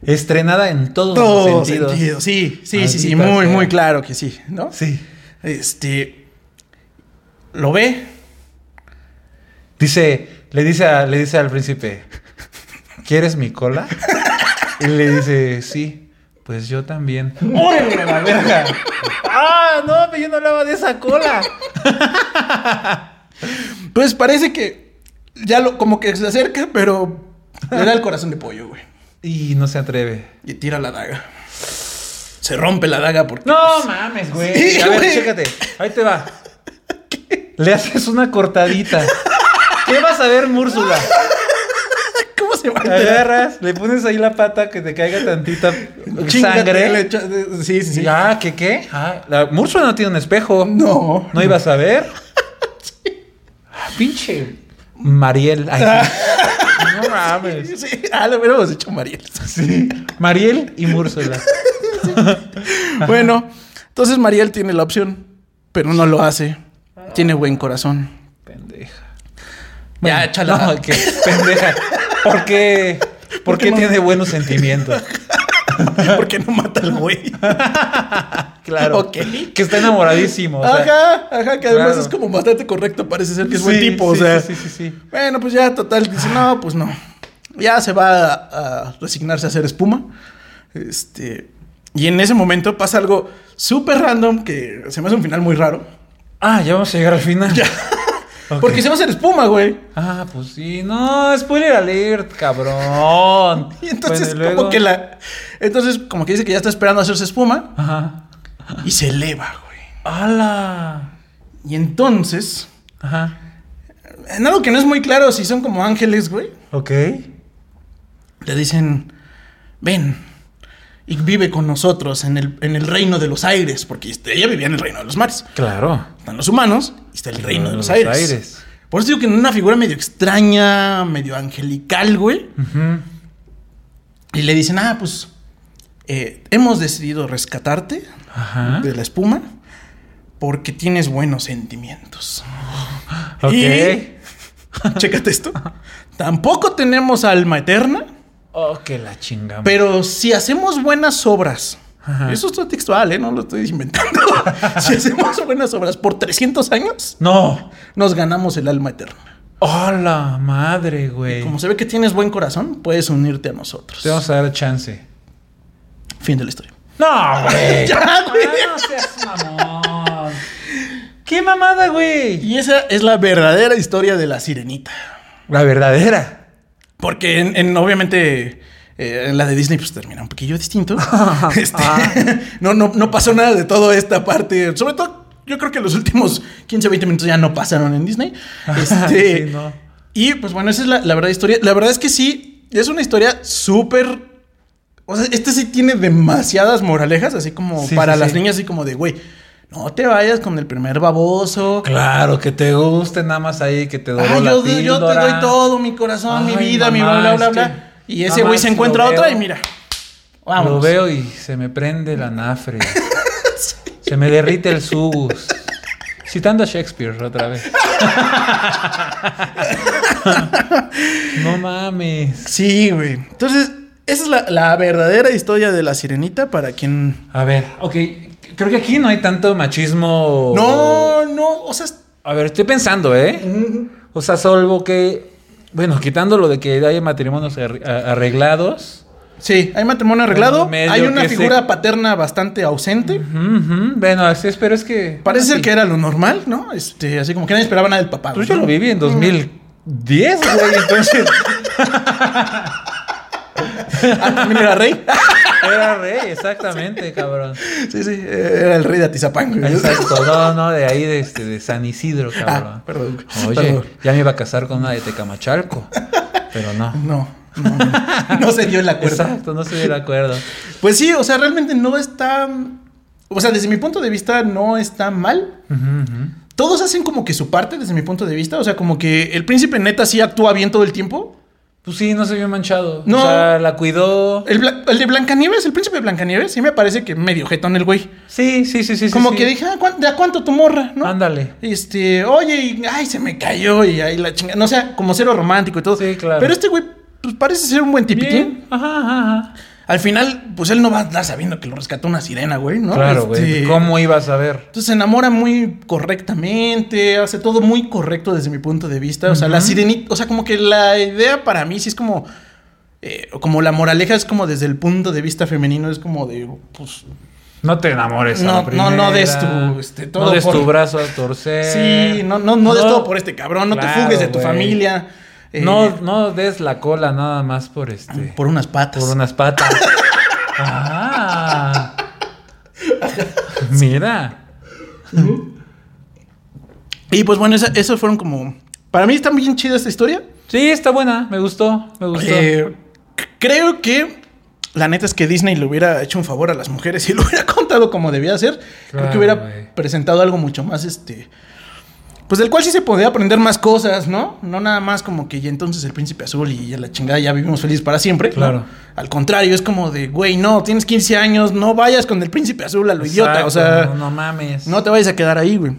Speaker 2: Estrenada en todos
Speaker 1: Todo
Speaker 2: los sentidos.
Speaker 1: sentido. Sí, sí, sí, sí,
Speaker 2: Maldita
Speaker 1: muy,
Speaker 2: sea.
Speaker 1: muy claro que sí, ¿no?
Speaker 2: Sí.
Speaker 1: Este. Lo ve.
Speaker 2: Dice, le dice, a- le dice al príncipe, ¿quieres mi cola? Y le dice, sí, pues yo también. ¡Órale, la verga! ¡Ah, no, pero yo no hablaba de esa cola!
Speaker 1: Pues parece que ya lo, como que se acerca, pero le da el corazón de pollo, güey.
Speaker 2: Y no se atreve.
Speaker 1: Y tira la daga. Se rompe la daga porque.
Speaker 2: No mames, güey.
Speaker 1: Sí,
Speaker 2: a ver,
Speaker 1: güey.
Speaker 2: chécate. Ahí te va. Le haces una cortadita. ¿Qué vas a ver, Múrsula?
Speaker 1: ¿Cómo se va a enterar?
Speaker 2: Agarras, le pones ahí la pata que te caiga tantita
Speaker 1: Chíngate, le
Speaker 2: sangre.
Speaker 1: echa- de- Sí, sí, sí.
Speaker 2: Y, ah, ¿qué qué? Ah, la Múrsula no tiene un espejo.
Speaker 1: No.
Speaker 2: ¿No ibas a ver? Ah, Pinche Mariel. Ay, sí. no mames.
Speaker 1: Sí, ah, lo hubiéramos hecho Mariel.
Speaker 2: Sí. Mariel y Múrsula.
Speaker 1: Bueno, entonces Mariel tiene la opción, pero no lo hace. Tiene buen corazón.
Speaker 2: Pendeja.
Speaker 1: ya, échala.
Speaker 2: No, que pendeja. ¿Por qué? ¿Por qué
Speaker 1: no?
Speaker 2: tiene buenos sentimientos?
Speaker 1: ¿Por qué no mata al güey?
Speaker 2: Claro.
Speaker 1: Ok.
Speaker 2: Que está enamoradísimo. o sea.
Speaker 1: ajá, ajá, que además
Speaker 2: claro.
Speaker 1: es como bastante correcto, parece ser que es buen
Speaker 2: Sí,
Speaker 1: tipo, o
Speaker 2: sí,
Speaker 1: sea.
Speaker 2: Sí, sí, sí.
Speaker 1: Bueno, pues ya total, dice, no, pues no. Ya se va a, a resignarse a hacer espuma. Este. Y en ese momento pasa algo súper random que se me hace un final muy raro.
Speaker 2: Ah, ya vamos a llegar al final. Ok.
Speaker 1: Porque se va a hacer espuma, güey.
Speaker 2: Ah, pues sí. No, spoiler alert, cabrón.
Speaker 1: Y entonces,
Speaker 2: Bueno, y luego-
Speaker 1: como que la. Entonces, como que dice que ya está esperando hacerse espuma
Speaker 2: Ajá.
Speaker 1: y se eleva, güey.
Speaker 2: ¡Hala!
Speaker 1: Y entonces,
Speaker 2: Ajá.
Speaker 1: en algo que no es muy claro si son como ángeles, güey,
Speaker 2: Ok.
Speaker 1: le dicen: Ven y vive con nosotros en el, en el reino de los aires, porque este, ella vivía en el reino de los mares.
Speaker 2: Claro.
Speaker 1: Están los humanos y está el reino de los, aires.
Speaker 2: aires.
Speaker 1: Por eso digo que en una figura medio extraña, medio angelical, güey.
Speaker 2: Ujú.
Speaker 1: Y le dicen, ah, pues eh, hemos decidido rescatarte
Speaker 2: Ajá.
Speaker 1: de la espuma porque tienes buenos sentimientos.
Speaker 2: Ok.
Speaker 1: Y- Chécate esto. Tampoco tenemos alma eterna,
Speaker 2: Oh, que la chingamos.
Speaker 1: pero si hacemos buenas obras,
Speaker 2: Ajá.
Speaker 1: eso está textual, ¿eh? No lo estoy inventando. si hacemos buenas obras por 300 años,
Speaker 2: ¡No!
Speaker 1: nos ganamos el alma eterna.
Speaker 2: ¡Hola, Oh, madre, güey!
Speaker 1: Como se ve que tienes buen corazón, puedes unirte a nosotros.
Speaker 2: Te vamos a dar chance.
Speaker 1: Fin de la historia.
Speaker 2: ¡No, güey!
Speaker 1: Ya, güey.
Speaker 2: Ah, no seas mamón! ¡Qué mamada, güey!
Speaker 1: Y esa es la verdadera historia de la sirenita.
Speaker 2: La verdadera.
Speaker 1: Porque en, en- obviamente eh, en la de Disney pues termina un poquillo distinto. Este,
Speaker 2: Ah.
Speaker 1: no, no, no pasó nada de toda esta parte. Sobre todo, yo creo que los últimos 15 o 20 minutos ya no pasaron en Disney. Este,
Speaker 2: Sí, no.
Speaker 1: Y pues bueno, esa es la, la verdad historia. La verdad es que sí, es una historia súper... O sea, este sí tiene demasiadas moralejas, así como
Speaker 2: Sí,
Speaker 1: para
Speaker 2: sí,
Speaker 1: las
Speaker 2: sí.
Speaker 1: niñas, así como de, güey, no te vayas con el primer baboso.
Speaker 2: Claro, que te guste nada más ahí, que te doy
Speaker 1: Ah,
Speaker 2: la
Speaker 1: yo, doy- yo te
Speaker 2: píldora.
Speaker 1: doy todo, mi corazón, mi
Speaker 2: Ay,
Speaker 1: vida, mi
Speaker 2: mamá,
Speaker 1: bla, bla, bla,
Speaker 2: es que
Speaker 1: bla. Y ese
Speaker 2: nada
Speaker 1: güey
Speaker 2: más
Speaker 1: se
Speaker 2: lo
Speaker 1: encuentra a otra y
Speaker 2: veo.
Speaker 1: mira. Vámonos.
Speaker 2: Lo veo y se me prende la nafre. Se me derrite el subus. Citando a Shakespeare otra vez. no mames.
Speaker 1: Sí, güey. Entonces, esa es la, la verdadera historia de la sirenita para quien...
Speaker 2: A ver, ok. Creo que aquí no hay tanto machismo.
Speaker 1: No, no, o sea... es-
Speaker 2: A ver, estoy pensando, ¿eh? O sea, salvo que. Bueno, quitando lo de que hay matrimonios ar- a- arreglados.
Speaker 1: Sí, hay matrimonio arreglado,
Speaker 2: Medio
Speaker 1: hay una
Speaker 2: que se-
Speaker 1: figura paterna bastante ausente.
Speaker 2: Ujú, ujú. Bueno, así es, pero es que.
Speaker 1: Parece ser que era lo normal, ¿no? Este, así como que nadie esperaba nada del papá. güey,
Speaker 2: Pues yo
Speaker 1: ¿no?
Speaker 2: lo viví en 2010, güey. Entonces.
Speaker 1: Ah, también era rey.
Speaker 2: Era rey, exactamente, cabrón.
Speaker 1: sí, sí, eh, era el rey de Atizapán. güey.
Speaker 2: Exacto, no, no, de ahí, de, este, de San Isidro, cabrón.
Speaker 1: Ah, perdón, güey.
Speaker 2: Oye,
Speaker 1: Perdón.
Speaker 2: ya me iba a casar con una de Tecamachalco, pero no.
Speaker 1: No, no, no, no se dio el acuerdo.
Speaker 2: Exacto, no estoy de acuerdo.
Speaker 1: Pues sí, o sea, realmente no está. O sea, desde mi punto de vista, no está mal.
Speaker 2: Ujú, ujú.
Speaker 1: Todos hacen como que su parte, desde mi punto de vista. O sea, como que el príncipe neta sí actúa bien todo el tiempo.
Speaker 2: Pues sí, no se vio manchado.
Speaker 1: No.
Speaker 2: O sea, la cuidó.
Speaker 1: El, Bla- el de Blancanieves, el príncipe de Blancanieves, sí me parece que medio jetón el güey.
Speaker 2: Sí, sí, sí, sí. sí,
Speaker 1: Como
Speaker 2: sí.
Speaker 1: que dije, ah, ¿cuán- ¿de a cuánto tu morra? ¿no?
Speaker 2: Ándale.
Speaker 1: Este, oye, y, ay, se me cayó y ahí la chinga. No, o sea, como cero romántico y todo.
Speaker 2: Sí, claro.
Speaker 1: Pero este güey, pues parece ser un buen tipitín.
Speaker 2: Bien. Ajá, ajá, ajá.
Speaker 1: Al final, pues él no va a andar sabiendo que lo rescató una sirena, güey, ¿no?
Speaker 2: Claro, güey.
Speaker 1: Este,
Speaker 2: ¿Cómo ibas a ver?
Speaker 1: Entonces se enamora muy correctamente, hace todo muy correcto desde mi punto de vista. O sea, la
Speaker 2: Ujú.
Speaker 1: sirenita, o sea, como que la idea para mí sí es como, eh, como la moraleja es como desde el punto de vista femenino, es como de, pues,
Speaker 2: No te enamores. a
Speaker 1: No, no,
Speaker 2: la
Speaker 1: no
Speaker 2: primera.
Speaker 1: des tu, este, todo
Speaker 2: no des
Speaker 1: por-
Speaker 2: tu brazo a torcer.
Speaker 1: sí, no, no, no des todo por este cabrón, no te
Speaker 2: Eh, Claro,
Speaker 1: fugues de tu
Speaker 2: güey.
Speaker 1: familia. eh,
Speaker 2: No, no des la cola nada más por este.
Speaker 1: Por unas patas.
Speaker 2: Por unas patas. ah. Mira.
Speaker 1: Y pues bueno, esa- esas fueron como, para mí está bien chida esta historia.
Speaker 2: Sí, está buena. Me gustó. Me gustó.
Speaker 1: Eh, c- creo que la neta es que Disney le hubiera hecho un favor a las mujeres y lo hubiera contado como debía ser. creo que
Speaker 2: Claro,
Speaker 1: hubiera
Speaker 2: güey.
Speaker 1: presentado algo mucho más este. Pues del cual sí se podía aprender más cosas, ¿no? No nada más como que ya entonces el príncipe azul y ya la chingada ya vivimos felices para siempre. ¿no?
Speaker 2: Claro.
Speaker 1: Al contrario, es como de, güey, no, tienes 15 años, no vayas con el príncipe azul a lo idiota. O
Speaker 2: Exacto,
Speaker 1: sea,
Speaker 2: No,
Speaker 1: no,
Speaker 2: no mames.
Speaker 1: te vayas a quedar ahí, güey.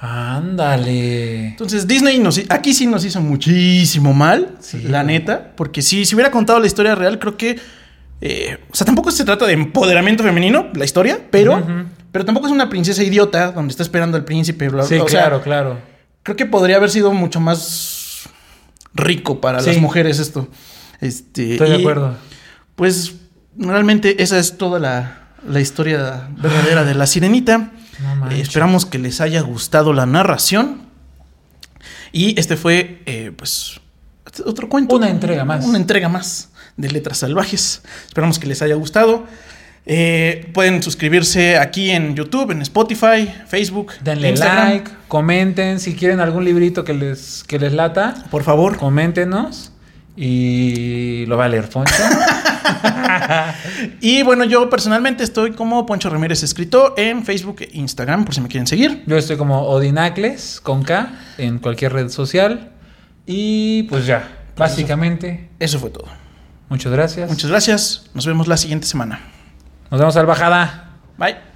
Speaker 2: Ándale.
Speaker 1: Entonces Disney nos, hi- aquí sí nos hizo muchísimo mal,
Speaker 2: Sí,
Speaker 1: la
Speaker 2: güey.
Speaker 1: neta, porque si si hubiera contado la historia real, creo que, eh, o sea, tampoco se trata de empoderamiento femenino, la historia, pero,
Speaker 2: Ujú.
Speaker 1: pero tampoco es una princesa idiota donde está esperando al príncipe, bla, bla,
Speaker 2: Sí,
Speaker 1: o sea,
Speaker 2: claro, claro.
Speaker 1: creo que podría haber sido mucho más rico para las
Speaker 2: Sí.
Speaker 1: mujeres esto. Este,
Speaker 2: Estoy de
Speaker 1: y,
Speaker 2: acuerdo.
Speaker 1: Pues realmente esa es toda la, la historia verdadera de la sirenita.
Speaker 2: No
Speaker 1: Eh,
Speaker 2: manches.
Speaker 1: esperamos que les haya gustado la narración. Y este fue, eh, pues, otro cuento.
Speaker 2: Una entrega más.
Speaker 1: Una entrega más de Letras Salvajes. Esperamos que les haya gustado. Eh, pueden suscribirse aquí en YouTube, en Spotify, Facebook,
Speaker 2: Denle
Speaker 1: Instagram.
Speaker 2: like, comenten si quieren algún librito que les, que les lata,
Speaker 1: Por favor.
Speaker 2: coméntenos y lo va a leer Foncho.
Speaker 1: Y bueno, yo personalmente estoy como Poncho Ramírez Escritor en Facebook e Instagram, por si me quieren seguir.
Speaker 2: Yo estoy como Odinacles con K en cualquier red social y pues ya, básicamente.
Speaker 1: Eso fue todo.
Speaker 2: Muchas gracias.
Speaker 1: Muchas gracias. Nos vemos la siguiente semana.
Speaker 2: Nos vemos al bajada.
Speaker 1: Bye.